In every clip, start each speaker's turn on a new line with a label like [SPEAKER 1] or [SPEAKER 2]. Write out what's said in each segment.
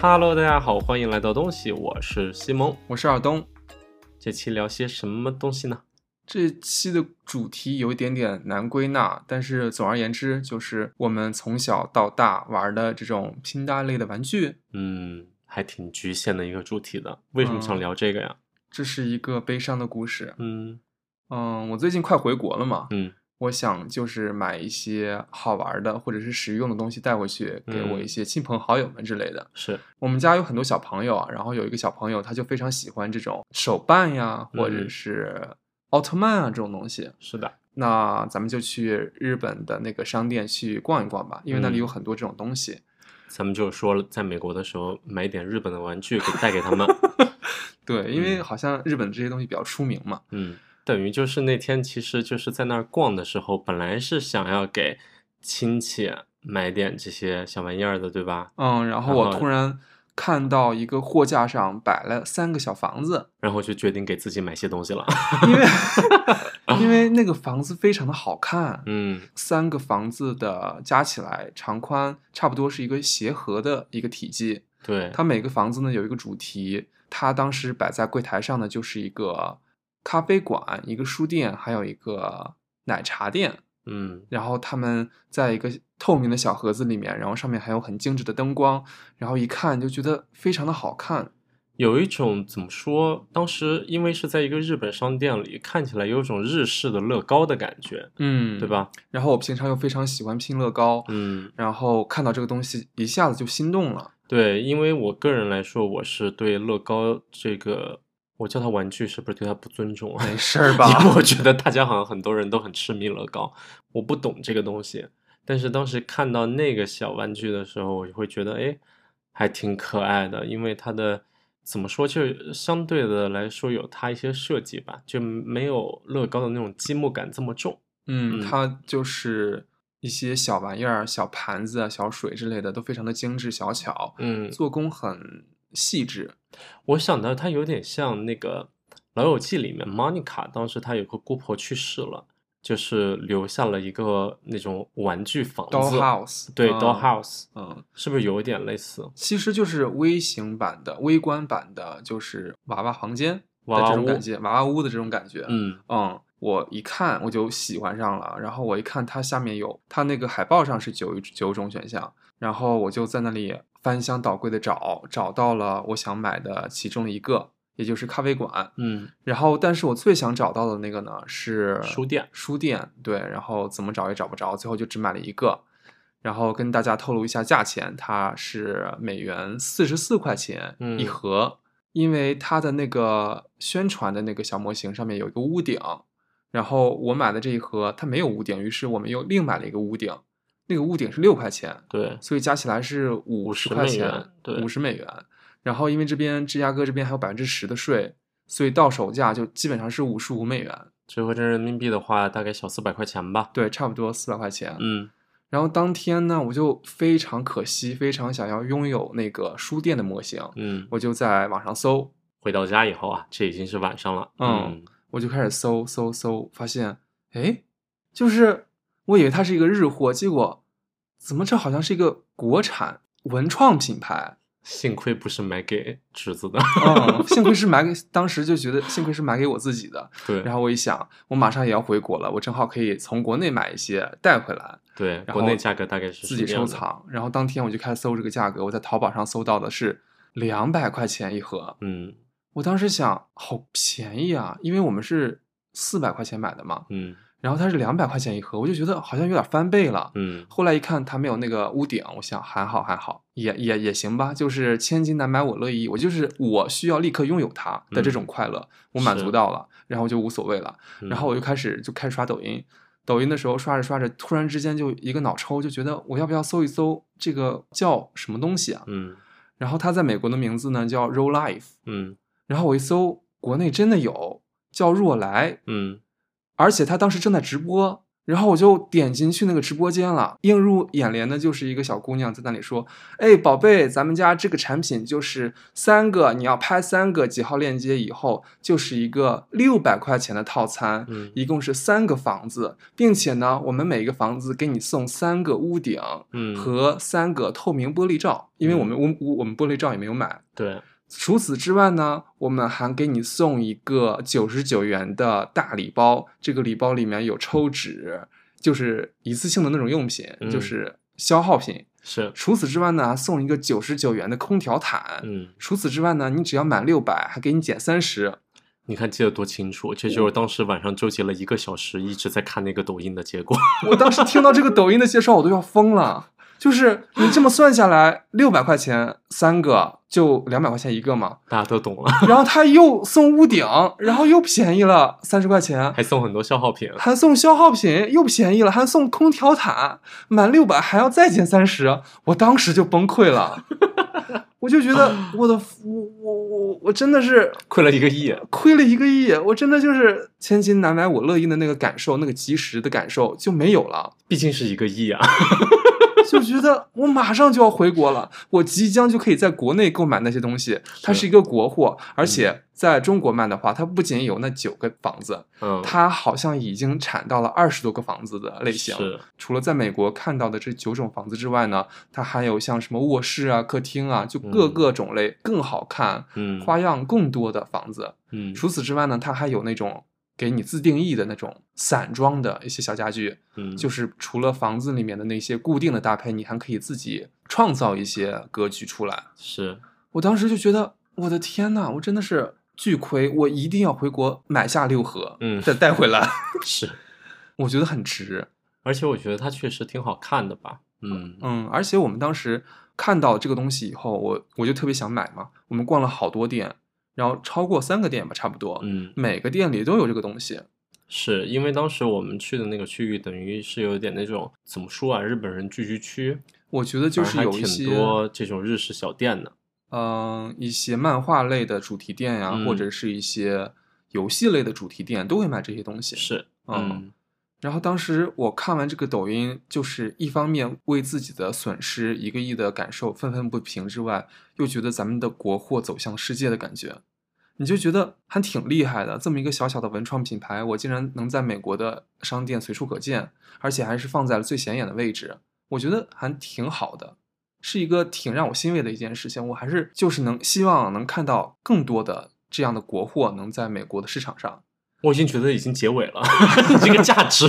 [SPEAKER 1] Hello，大家好，欢迎来到东西，我是西蒙。
[SPEAKER 2] 我是尔东。
[SPEAKER 1] 这期聊些什么东西呢？
[SPEAKER 2] 这期的主题有一点点难归纳，但是总而言之，就是我们从小到大玩的这种拼搭类的玩具，
[SPEAKER 1] 嗯，还挺局限的一个主题的。为什么想
[SPEAKER 2] 嗯
[SPEAKER 1] 聊这个呀？
[SPEAKER 2] 这是一个悲伤的故事。
[SPEAKER 1] 嗯
[SPEAKER 2] 嗯，我最近快回国了嘛，
[SPEAKER 1] 嗯
[SPEAKER 2] 我想就是买一些好玩的或者是实用的东西带回去，给我
[SPEAKER 1] 嗯
[SPEAKER 2] 一些亲朋好友们之类的。
[SPEAKER 1] 是，
[SPEAKER 2] 我们家有很多小朋友啊，然后有一个小朋友他就非常喜欢这种手办呀，或者
[SPEAKER 1] 嗯
[SPEAKER 2] 是奥特曼啊这种东西。
[SPEAKER 1] 是的，
[SPEAKER 2] 那咱们就去日本的那个商店去逛一逛吧，因为那里有
[SPEAKER 1] 嗯
[SPEAKER 2] 很多这种东西。
[SPEAKER 1] 咱们就说了，在美国的时候买点日本的玩具给带给他们。
[SPEAKER 2] 对，因为
[SPEAKER 1] 嗯
[SPEAKER 2] 好像日本这些东西比较出名嘛。
[SPEAKER 1] 嗯，等于就是那天其实就是在那儿逛的时候，本来是想要给亲戚买点这些小玩意儿的，对吧？
[SPEAKER 2] 嗯，然后
[SPEAKER 1] 然
[SPEAKER 2] 我
[SPEAKER 1] 后
[SPEAKER 2] 突然看到一个货架上摆了三个小房子，
[SPEAKER 1] 然后就决定给自己买些东西了。
[SPEAKER 2] 因为因为那个房子非常的好看，
[SPEAKER 1] 啊嗯
[SPEAKER 2] 三个房子的加起来长宽差不多是一个鞋盒的一个体积。
[SPEAKER 1] 对，
[SPEAKER 2] 它每个房子呢有一个主题，它当时摆在柜台上的就是一个咖啡馆、一个书店，还有一个奶茶店。
[SPEAKER 1] 嗯
[SPEAKER 2] 然后他们在一个透明的小盒子里面，然后上面还有很精致的灯光，然后一看就觉得非常的好看。
[SPEAKER 1] 有一种怎么说？当时因为是在一个日本商店里，看起来有一种日式的乐高的感觉，
[SPEAKER 2] 嗯
[SPEAKER 1] 对？吧？
[SPEAKER 2] 然后我平常又非常喜欢拼乐高，
[SPEAKER 1] 嗯，
[SPEAKER 2] 然后看到这个东西一下子就心动了。
[SPEAKER 1] 对，因为我个人来说，我是对乐高这个，我叫它玩具，是不是对它不尊重啊？
[SPEAKER 2] 没事儿吧？
[SPEAKER 1] 因为我觉得大家好像很多人都很痴迷乐高，我不懂这个东西，但是当时看到那个小玩具的时候，我就会觉得，哎，还挺可爱的，因为它的怎么说，就是相对的来说有它一些设计吧，就没有乐高的那种积木感这么重。嗯
[SPEAKER 2] 嗯，它就是一些小玩意儿、小盘子啊、小水之类的，都非常的精致小巧，
[SPEAKER 1] 嗯，
[SPEAKER 2] 做工很细致。
[SPEAKER 1] 我想到它有点像那个《老友记》里面莫妮卡，当时她有个姑婆去世了，就是留下了一个那种玩具房子
[SPEAKER 2] Dollhouse，
[SPEAKER 1] 对、
[SPEAKER 2] 嗯
[SPEAKER 1] dollhouse，
[SPEAKER 2] 嗯，
[SPEAKER 1] 是不是有一点类似？
[SPEAKER 2] 其实就是微型版的、微观版的，就是娃娃房间
[SPEAKER 1] 娃
[SPEAKER 2] 的
[SPEAKER 1] 娃
[SPEAKER 2] 这种
[SPEAKER 1] 屋
[SPEAKER 2] 感觉，娃娃屋的这种感觉。
[SPEAKER 1] 嗯
[SPEAKER 2] 嗯，我一看我就喜欢上了，然后我一看它下面有它那个海报上是九九种选项，然后我就在那里翻箱倒柜的找，找到了我想买的其中的一个，也就是咖啡馆。
[SPEAKER 1] 嗯，
[SPEAKER 2] 然后，但是我最想找到的那个呢是
[SPEAKER 1] 书店
[SPEAKER 2] 书店对，然后怎么找也找不着，最后就只买了一个。然后跟大家透露一下价钱，它是美元四十四块钱一
[SPEAKER 1] 嗯
[SPEAKER 2] 盒，因为它的那个宣传的那个小模型上面有一个屋顶，然后我买的这一盒它没有屋顶，于是我们又另买了一个屋顶，那个屋顶是六块钱，
[SPEAKER 1] 对，
[SPEAKER 2] 所以加起来是五
[SPEAKER 1] 50
[SPEAKER 2] 块
[SPEAKER 1] 美元
[SPEAKER 2] 钱，
[SPEAKER 1] 对
[SPEAKER 2] 五十美元。然后因为这边芝加哥这边还有百分之十的税，所以到手价就基本上是五十五美元，
[SPEAKER 1] 折合成人民币的话，大概小四百块钱吧。
[SPEAKER 2] 对，差不多四百块钱。
[SPEAKER 1] 嗯
[SPEAKER 2] 然后当天呢，我就非常可惜，非常想要拥有那个书店的模型，
[SPEAKER 1] 嗯，
[SPEAKER 2] 我就在网上搜，
[SPEAKER 1] 回到家以后啊，这已经是晚上了。
[SPEAKER 2] 嗯，我就开始搜搜搜，发现，哎，就是我以为它是一个日货，结果怎么这好像是一个国产文创品牌？
[SPEAKER 1] 幸亏不是买给侄 子的。
[SPEAKER 2] 嗯，幸亏是买给，当时就觉得幸亏是买给我自己的。
[SPEAKER 1] 对，
[SPEAKER 2] 然后我一想，我马上也要回国了，我正好可以从国内买一些带回来，
[SPEAKER 1] 对，
[SPEAKER 2] 然
[SPEAKER 1] 国内
[SPEAKER 2] 后
[SPEAKER 1] 价格大概是
[SPEAKER 2] 自
[SPEAKER 1] 什
[SPEAKER 2] 己
[SPEAKER 1] 么样
[SPEAKER 2] 收
[SPEAKER 1] 的。
[SPEAKER 2] 藏。然后当天我就开始搜这个价格，我在淘宝上搜到的是两百块钱一盒。
[SPEAKER 1] 嗯
[SPEAKER 2] 我当时想，好便宜啊，因为我们是四百块钱买的嘛，
[SPEAKER 1] 嗯
[SPEAKER 2] 然后它是两百块钱一盒，我就觉得好像有点翻倍了。
[SPEAKER 1] 嗯，
[SPEAKER 2] 后来一看它没有那个屋顶，我想还好还好，也也也行吧，就是千金难买我乐意，我就是我需要立刻拥有它的这种快乐，我满
[SPEAKER 1] 嗯
[SPEAKER 2] 足
[SPEAKER 1] 是
[SPEAKER 2] 到了，然后就无所谓了，
[SPEAKER 1] 嗯
[SPEAKER 2] 然后我就开始就开始刷抖音。抖音的时候刷着刷着，突然之间就一个脑抽，就觉得我要不要搜一搜这个叫什么东西啊？
[SPEAKER 1] 嗯
[SPEAKER 2] 然后它在美国的名字呢叫 Roll Life，
[SPEAKER 1] 嗯
[SPEAKER 2] 然后我一搜，国内真的有叫若来，
[SPEAKER 1] 嗯
[SPEAKER 2] 而且他当时正在直播，然后我就点进去那个直播间了，映入眼帘的就是一个小姑娘在那里说：“哎，宝贝，咱们家这个产品就是三个，你要拍三个几号链接以后，就是一个六百块钱的套餐，
[SPEAKER 1] 嗯
[SPEAKER 2] 一共是三个房子，并且呢，我们每个房子给你送三个屋顶
[SPEAKER 1] 嗯，
[SPEAKER 2] 和三个透明玻璃罩，因为我们屋屋我们玻璃罩也没有买。
[SPEAKER 1] 对，
[SPEAKER 2] 除此之外呢，我们还给你送一个九十九元的大礼包，这个礼包里面有抽纸，就是一次性的那种用品，
[SPEAKER 1] 嗯
[SPEAKER 2] 就是消耗品。
[SPEAKER 1] 是，
[SPEAKER 2] 除此之外呢，还送一个九十九元的空调毯。
[SPEAKER 1] 嗯，
[SPEAKER 2] 除此之外呢，你只要满六百，还给你减三十。
[SPEAKER 1] 你看记得多清楚，这就是当时晚上纠结了一个小时，一直在看那个抖音的结果。
[SPEAKER 2] 我当时听到这个抖音的介绍，我都要疯了。就是你这么算下来，六百块钱三个，就两百块钱一个嘛。
[SPEAKER 1] 大家都懂了，
[SPEAKER 2] 然后他又送屋顶，然后又便宜了三十块钱。
[SPEAKER 1] 还送很多消耗品。
[SPEAKER 2] 还送消耗品，又便宜了，还送空调毯，满六百还要再减三十，我当时就崩溃了， 我就觉得我的我我我我真的是
[SPEAKER 1] 亏了一个亿，
[SPEAKER 2] 亏了一个亿，我真的就是千金难买我乐意的那个感受，那个及时的感受就没有了，
[SPEAKER 1] 毕竟是一个 亿啊！
[SPEAKER 2] 就觉得我马上就要回国了，我即将就可以在国内购买那些东西，它
[SPEAKER 1] 是
[SPEAKER 2] 是一个国货，而且在中国卖的话，它不仅有那九个房子，
[SPEAKER 1] 嗯，
[SPEAKER 2] 它好像已经产到了二十多个房子的类型。
[SPEAKER 1] 是，
[SPEAKER 2] 除了在美国看到的这九种房子之外呢，它还有像什么卧室啊、客厅啊，就各
[SPEAKER 1] 嗯
[SPEAKER 2] 个种类更好看、
[SPEAKER 1] 嗯，
[SPEAKER 2] 花样更多的房子。
[SPEAKER 1] 嗯
[SPEAKER 2] 除此之外呢，它还有那种给你自定义的那种散装的一些小家具，
[SPEAKER 1] 嗯，
[SPEAKER 2] 就是除了房子里面的那些固定的搭配，你还可以自己创造一些格局出来。
[SPEAKER 1] 是
[SPEAKER 2] 我当时就觉得，我的天呐，我真的是巨亏，我一定要回国买下六盒，
[SPEAKER 1] 嗯
[SPEAKER 2] 再带回来，
[SPEAKER 1] 是，
[SPEAKER 2] 我觉得很值。
[SPEAKER 1] 而且我觉得它确实挺好看的吧。嗯
[SPEAKER 2] 嗯，而且我们当时看到这个东西以后，我我就特别想买嘛。我们逛了好多店，然后超过三个店吧，差不多，
[SPEAKER 1] 嗯，
[SPEAKER 2] 每个店里都有这个东西。
[SPEAKER 1] 是因为当时我们去的那个区域，等于是有点那种怎么说啊，日本人聚居区，
[SPEAKER 2] 我觉得就
[SPEAKER 1] 反
[SPEAKER 2] 是
[SPEAKER 1] 正还
[SPEAKER 2] 有一些
[SPEAKER 1] 挺，多这种日式小店的。
[SPEAKER 2] 嗯、一些漫画类的主题店呀、
[SPEAKER 1] 嗯
[SPEAKER 2] 或者是一些游戏类的主题店，都会卖这些东西。
[SPEAKER 1] 是，
[SPEAKER 2] 嗯
[SPEAKER 1] 嗯，
[SPEAKER 2] 然后当时我看完这个抖音，就是一方面为自己的损失一个亿的感受愤愤不平之外，又觉得咱们的国货走向世界的感觉，你就觉得还挺厉害的。这么一个小小的文创品牌，我竟然能在美国的商店随处可见，而且还是放在了最显眼的位置，我觉得还挺好的，是一个挺让我欣慰的一件事情。我还是就是能希望能看到更多的这样的国货能在美国的市场上。
[SPEAKER 1] 我已经觉得已经结尾了， 你这个价值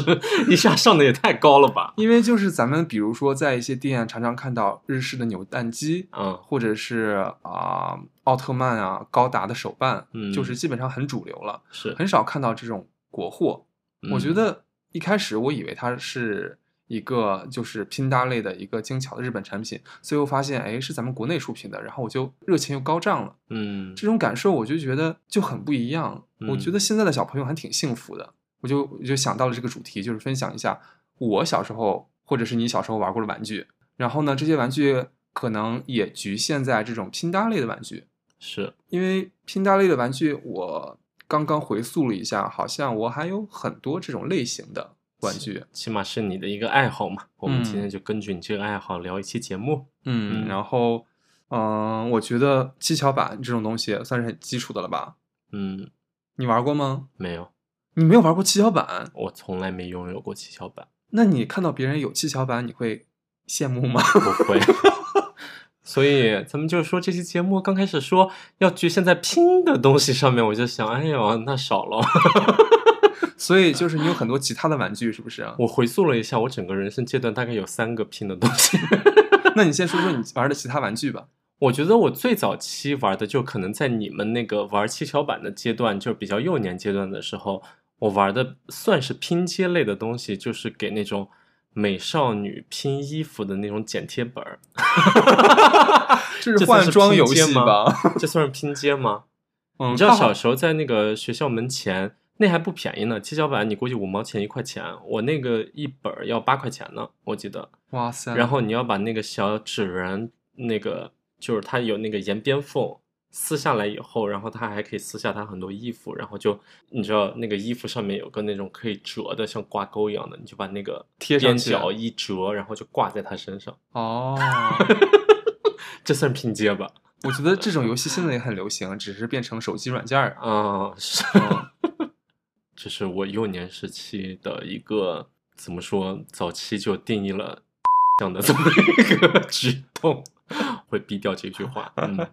[SPEAKER 1] 一下上的也太高了吧？
[SPEAKER 2] 因为就是咱们比如说在一些店常常看到日式的扭蛋机，
[SPEAKER 1] 嗯
[SPEAKER 2] 或者是啊、奥特曼啊、高达的手办，
[SPEAKER 1] 嗯
[SPEAKER 2] 就是基本上很主流了，
[SPEAKER 1] 是，
[SPEAKER 2] 很少看到这种国货。我觉
[SPEAKER 1] 嗯
[SPEAKER 2] 得一开始我以为它是一个就是拼搭类的一个精巧的日本产品，最后发现哎是咱们国内出品的，然后我就热情又高涨了。
[SPEAKER 1] 嗯，
[SPEAKER 2] 这种感受我就觉得就很不一样。我
[SPEAKER 1] 嗯
[SPEAKER 2] 觉得现在的小朋友还挺幸福的，我就我就想到了这个主题，就是分享一下我小时候或者是你小时候玩过的玩具。然后呢，这些玩具可能也局限在这种拼搭类的玩具，
[SPEAKER 1] 是，
[SPEAKER 2] 因为拼搭类的玩具，我刚刚回溯了一下，好像我还有很多这种类型的玩具。
[SPEAKER 1] 起码是你的一个爱好嘛。我
[SPEAKER 2] 嗯
[SPEAKER 1] 们今天就根据你这个爱好聊一期节目。
[SPEAKER 2] 嗯，
[SPEAKER 1] 嗯
[SPEAKER 2] 然后嗯、我觉得七巧板这种东西算是很基础的了吧？
[SPEAKER 1] 嗯，
[SPEAKER 2] 你玩过吗？
[SPEAKER 1] 没有，
[SPEAKER 2] 你没有玩过七巧板，
[SPEAKER 1] 我从来没拥有过七巧板，
[SPEAKER 2] 那你看到别人有七巧板，你会羡慕吗？
[SPEAKER 1] 不会。 所以咱们就是说，这期节目刚开始说要局限在拼的东西上面，我就想，哎呦，那少了。
[SPEAKER 2] 所以就是你有很多其他的玩具，是啊不是？
[SPEAKER 1] 我回溯了一下，我整个人生阶段大概有三个拼的东西。
[SPEAKER 2] 那你先说说你玩的其他玩具吧。
[SPEAKER 1] 我觉得我最早期玩的，就可能在你们那个玩七巧板的阶段，就是比较幼年阶段的时候，我玩的算是拼接类的东西，就是给那种美少女拼衣服的那种剪贴本儿。
[SPEAKER 2] 这是
[SPEAKER 1] 算
[SPEAKER 2] 换
[SPEAKER 1] 是
[SPEAKER 2] 装
[SPEAKER 1] 拼
[SPEAKER 2] 游
[SPEAKER 1] 接
[SPEAKER 2] 戏
[SPEAKER 1] 吗
[SPEAKER 2] 吧？
[SPEAKER 1] 这算是拼接吗？
[SPEAKER 2] 嗯，
[SPEAKER 1] 你知道
[SPEAKER 2] 它好
[SPEAKER 1] 小时候在那个学校门前，那还不便宜呢，七巧板你估计五毛钱一块钱，我那个一本儿要八块钱呢，我记得。
[SPEAKER 2] 哇塞！
[SPEAKER 1] 然后你要把那个小纸人，那个就是它有那个沿边缝撕下来以后，然后它还可以撕下它很多衣服，然后就你知道那个衣服上面有个那种可以折的，像挂钩一样的，你就把那个
[SPEAKER 2] 贴上
[SPEAKER 1] 边
[SPEAKER 2] 去
[SPEAKER 1] 角一折，然后就挂在它身上，
[SPEAKER 2] 哦，
[SPEAKER 1] 这算拼接吧？
[SPEAKER 2] 我觉得这种游戏现在也很流行，只是变成手机软件儿啊。
[SPEAKER 1] 啊、是。
[SPEAKER 2] 嗯
[SPEAKER 1] 这是我幼年时期的一个怎么说，早期就定义了这样的这么一个 举动，会逼掉这句话。嗯，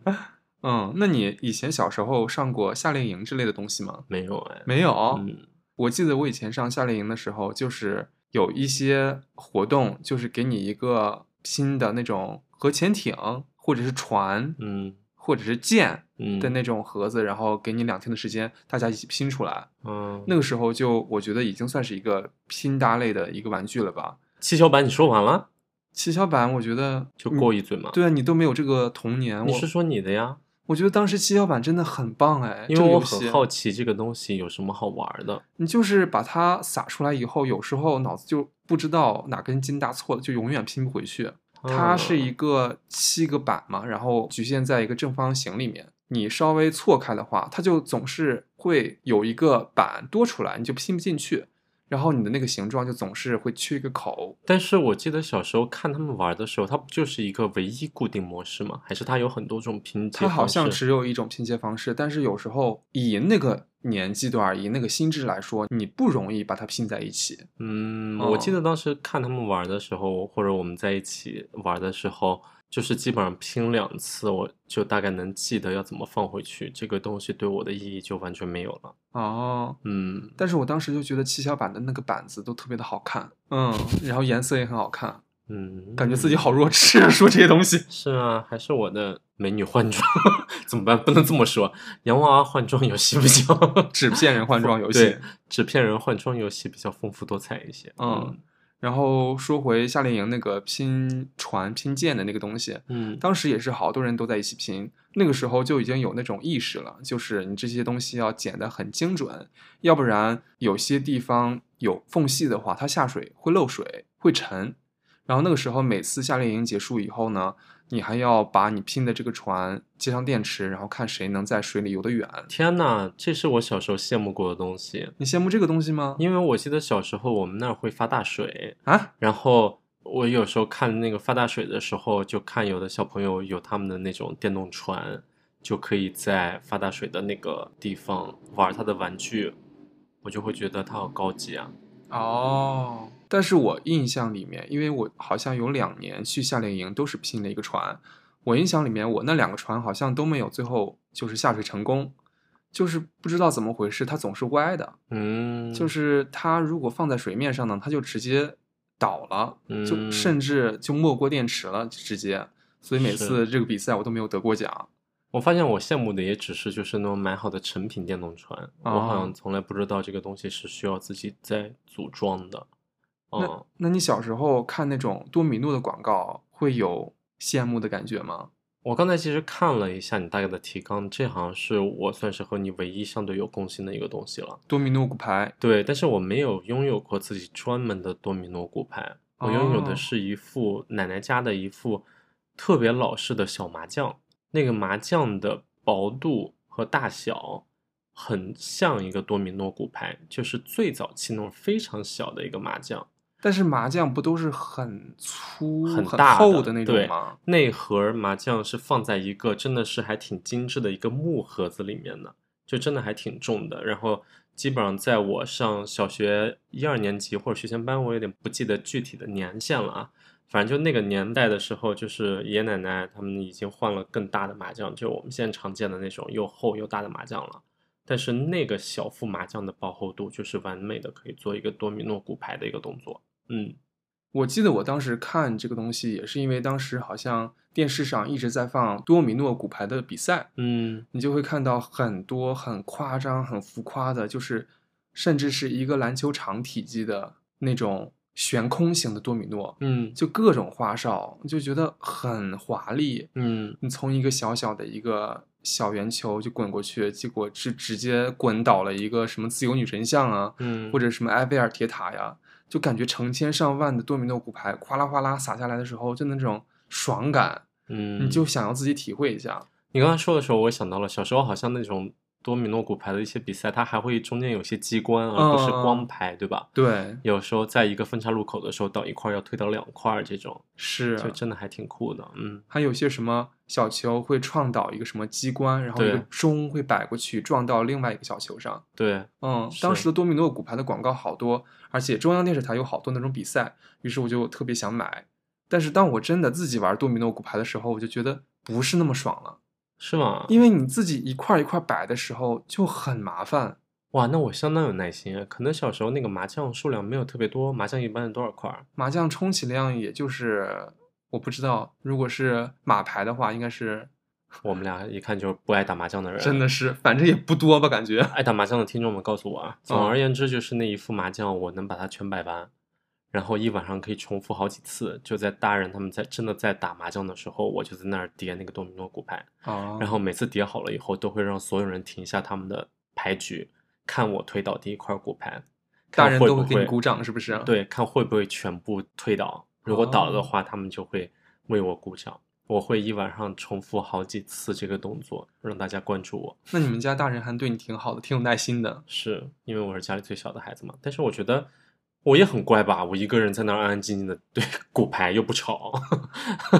[SPEAKER 2] 嗯，那你以前小时候上过夏令营之类的东西吗？
[SPEAKER 1] 没有哎，
[SPEAKER 2] 没有。
[SPEAKER 1] 嗯
[SPEAKER 2] 我记得我以前上夏令营的时候，就是有一些活动，就是给你一个新的那种核潜艇，或者是船，
[SPEAKER 1] 嗯
[SPEAKER 2] 或者是舰
[SPEAKER 1] 嗯
[SPEAKER 2] 的那种盒子，然后给你两天的时间，大家一起拼出来。
[SPEAKER 1] 嗯，
[SPEAKER 2] 那个时候就我觉得已经算是一个拼搭类的一个玩具了吧。
[SPEAKER 1] 七巧板你说完了
[SPEAKER 2] 七巧板，我觉得
[SPEAKER 1] 就
[SPEAKER 2] 你
[SPEAKER 1] 过一嘴嘛？
[SPEAKER 2] 对啊，你都没有这个童年，
[SPEAKER 1] 你
[SPEAKER 2] 我
[SPEAKER 1] 是说你的呀？
[SPEAKER 2] 我觉得当时七巧板真的很棒哎，
[SPEAKER 1] 因
[SPEAKER 2] 这
[SPEAKER 1] 为
[SPEAKER 2] 个
[SPEAKER 1] 我
[SPEAKER 2] 游
[SPEAKER 1] 很
[SPEAKER 2] 戏
[SPEAKER 1] 好奇这个东西有什么好玩的。
[SPEAKER 2] 你就是把它撒出来以后，有时候脑子就不知道哪根筋搭错了，就永远拼不回去。它是一
[SPEAKER 1] 嗯
[SPEAKER 2] 个七个板嘛，然后局限在一个正方形里面。你稍微错开的话，它就总是会有一个板多出来，你就拼不进去。然后你的那个形状就总是会缺一个口。
[SPEAKER 1] 但是我记得小时候看他们玩的时候，它不就是一个唯一固定模式吗？还是它有很多种拼接
[SPEAKER 2] 它
[SPEAKER 1] 方式？
[SPEAKER 2] 好像只有一种拼接方式，但是有时候以那个年纪段儿、以那个心智来说，你不容易把它拼在一起。
[SPEAKER 1] 嗯，
[SPEAKER 2] 哦
[SPEAKER 1] 我记得当时看他们玩的时候，或者我们在一起玩的时候，就是基本上拼两次，我就大概能记得要怎么放回去。这个东西对我的意义就完全没有了。
[SPEAKER 2] 哦，
[SPEAKER 1] 嗯，
[SPEAKER 2] 但是我当时就觉得七巧板的那个板子都特别的好看，嗯，然后颜色也很好看，
[SPEAKER 1] 嗯，
[SPEAKER 2] 感觉自己好弱智啊，说这些东西。
[SPEAKER 1] 是啊，还是我的美女换装 怎么办？不能这么说，洋娃娃换装游戏比较
[SPEAKER 2] 纸片 人换装游
[SPEAKER 1] 对
[SPEAKER 2] 戏，
[SPEAKER 1] 纸片人换装游戏比较丰富多彩一些。
[SPEAKER 2] 嗯然后说回夏令营那个拼船拼舰的那个东西，
[SPEAKER 1] 嗯，
[SPEAKER 2] 当时也是好多人都在一起拼，那个时候就已经有那种意识了，就是你这些东西要剪得很精准，要不然有些地方有缝隙的话，它下水会漏水，会沉。然后那个时候每次夏令营结束以后呢，你还要把你拼的这个船接上电池，然后看谁能在水里游得远。
[SPEAKER 1] 天哪，这是我小时候羡慕过的东西，
[SPEAKER 2] 你羡慕这个东西吗？
[SPEAKER 1] 因为我记得小时候我们那儿会发大水。
[SPEAKER 2] 啊，
[SPEAKER 1] 然后我有时候看那个发大水的时候，就看有的小朋友有他们的那种电动船，就可以在发大水的那个地方玩他的玩具，我就会觉得他好高级啊。
[SPEAKER 2] 哦。但是我印象里面，因为我好像有两年去夏令营都是拼了一个船，我印象里面我那两个船好像都没有最后就是下水成功，就是不知道怎么回事，它总是歪的，
[SPEAKER 1] 嗯，
[SPEAKER 2] 就是它如果放在水面上呢，它就直接倒了，就
[SPEAKER 1] 嗯
[SPEAKER 2] 甚至就没过电池了，直接。所以每
[SPEAKER 1] 是
[SPEAKER 2] 次这个比赛我都没有得过奖。
[SPEAKER 1] 我发现我羡慕的也只是就是那种买好的成品电动船，我好
[SPEAKER 2] 哦
[SPEAKER 1] 像从来不知道这个东西是需要自己再组装的。
[SPEAKER 2] 那
[SPEAKER 1] 嗯，
[SPEAKER 2] 那你小时候看那种多米诺的广告，会有羡慕的感觉吗？
[SPEAKER 1] 我刚才其实看了一下你大概的提纲，这好像是我算是和你唯一相对有共性的一个东西了。
[SPEAKER 2] 多米诺骨牌，
[SPEAKER 1] 对，但是我没有拥有过自己专门的多米诺骨牌，我拥有
[SPEAKER 2] 哦
[SPEAKER 1] 的是一副奶奶家的一副特别老式的小麻将，那个麻将的薄度和大小很像一个多米诺骨牌，就是最早期那种非常小的一个麻将，
[SPEAKER 2] 但是麻将不都是很粗、
[SPEAKER 1] 很
[SPEAKER 2] 很
[SPEAKER 1] 大
[SPEAKER 2] 厚
[SPEAKER 1] 的
[SPEAKER 2] 那种
[SPEAKER 1] 对
[SPEAKER 2] 吗？
[SPEAKER 1] 那盒麻将是放在一个真的是还挺精致的一个木盒子里面的，就真的还挺重的。然后基本上在我上小学一二年级或者学前班，我有点不记得具体的年限了啊。反正就那个年代的时候，就是爷爷奶奶他们已经换了更大的麻将，就我们现在常见的那种又厚又大的麻将了。但是那个小副麻将的薄厚度就是完美的，可以做一个多米诺骨牌的一个动作。嗯
[SPEAKER 2] 我记得我当时看这个东西，也是因为当时好像电视上一直在放多米诺骨牌的比赛，
[SPEAKER 1] 嗯，
[SPEAKER 2] 你就会看到很多很夸张、很浮夸的，就是甚至是一个篮球场体积的那种悬空型的多米诺，
[SPEAKER 1] 嗯
[SPEAKER 2] 就各种花哨，你就觉得很华丽。
[SPEAKER 1] 嗯，
[SPEAKER 2] 你从一个小小的一个小圆球就滚过去，结果是直接滚倒了一个什么自由女神像啊，
[SPEAKER 1] 嗯，
[SPEAKER 2] 或者什么埃菲尔铁塔呀，就感觉成千上万的多米诺骨牌哗啦哗啦洒下来的时候，就那种爽感，
[SPEAKER 1] 嗯，
[SPEAKER 2] 你就想要自己体会一下。
[SPEAKER 1] 你刚才说的时候，我想到了小时候好像那种多米诺骨牌的一些比赛，它还会中间有些机关，而不是
[SPEAKER 2] 嗯
[SPEAKER 1] 光牌，对吧？
[SPEAKER 2] 对，
[SPEAKER 1] 有时候在一个分叉路口的时候，到一块儿要推到两块儿，这种
[SPEAKER 2] 是啊
[SPEAKER 1] 就真的还挺酷的。嗯，
[SPEAKER 2] 还有些什么小球会撞倒一个什么机关，然后一
[SPEAKER 1] 对
[SPEAKER 2] 个钟会摆过去撞到另外一个小球上。
[SPEAKER 1] 对，
[SPEAKER 2] 嗯，
[SPEAKER 1] 是
[SPEAKER 2] 当时的多米诺骨牌的广告好多，而且中央电视台有好多那种比赛，于是我就特别想买。但是当我真的自己玩多米诺骨牌的时候，我就觉得不是那么爽了，
[SPEAKER 1] 是吗？
[SPEAKER 2] 因为你自己一块一块摆的时候就很麻烦。
[SPEAKER 1] 哇，那我相当有耐心啊。可能小时候那个麻将数量没有特别多，麻将一般是多少块儿？
[SPEAKER 2] 麻将充其量也就是我不知道，如果是马牌的话，应该是
[SPEAKER 1] 我们俩一看就是不爱打麻将的人。
[SPEAKER 2] 真的是，反正也不多吧，感觉。
[SPEAKER 1] 爱打麻将的听众们告诉我啊，
[SPEAKER 2] 嗯
[SPEAKER 1] 总而言之就是那一副麻将，我能把它全摆完，然后一晚上可以重复好几次。就在大人他们在真的在打麻将的时候，我就在那儿叠那个多米诺骨牌，
[SPEAKER 2] 哦
[SPEAKER 1] 然后每次叠好了以后，都会让所有人停下他们的牌局，看我推倒第一块骨牌，
[SPEAKER 2] 大
[SPEAKER 1] 看
[SPEAKER 2] 人
[SPEAKER 1] 会
[SPEAKER 2] 都
[SPEAKER 1] 不
[SPEAKER 2] 会给你
[SPEAKER 1] 会
[SPEAKER 2] 鼓掌，是不是？，
[SPEAKER 1] 对，看会不会全部推倒。如果倒了的
[SPEAKER 2] 哦
[SPEAKER 1] 话，他们就会为我鼓掌。我会一晚上重复好几次这个动作，让大家关注我。
[SPEAKER 2] 那你们家大人还对你挺好的，挺有耐心的。
[SPEAKER 1] 是因为我是家里最小的孩子嘛，但是我觉得我也很乖吧，我一个人在那儿安安静静的对骨牌又不吵，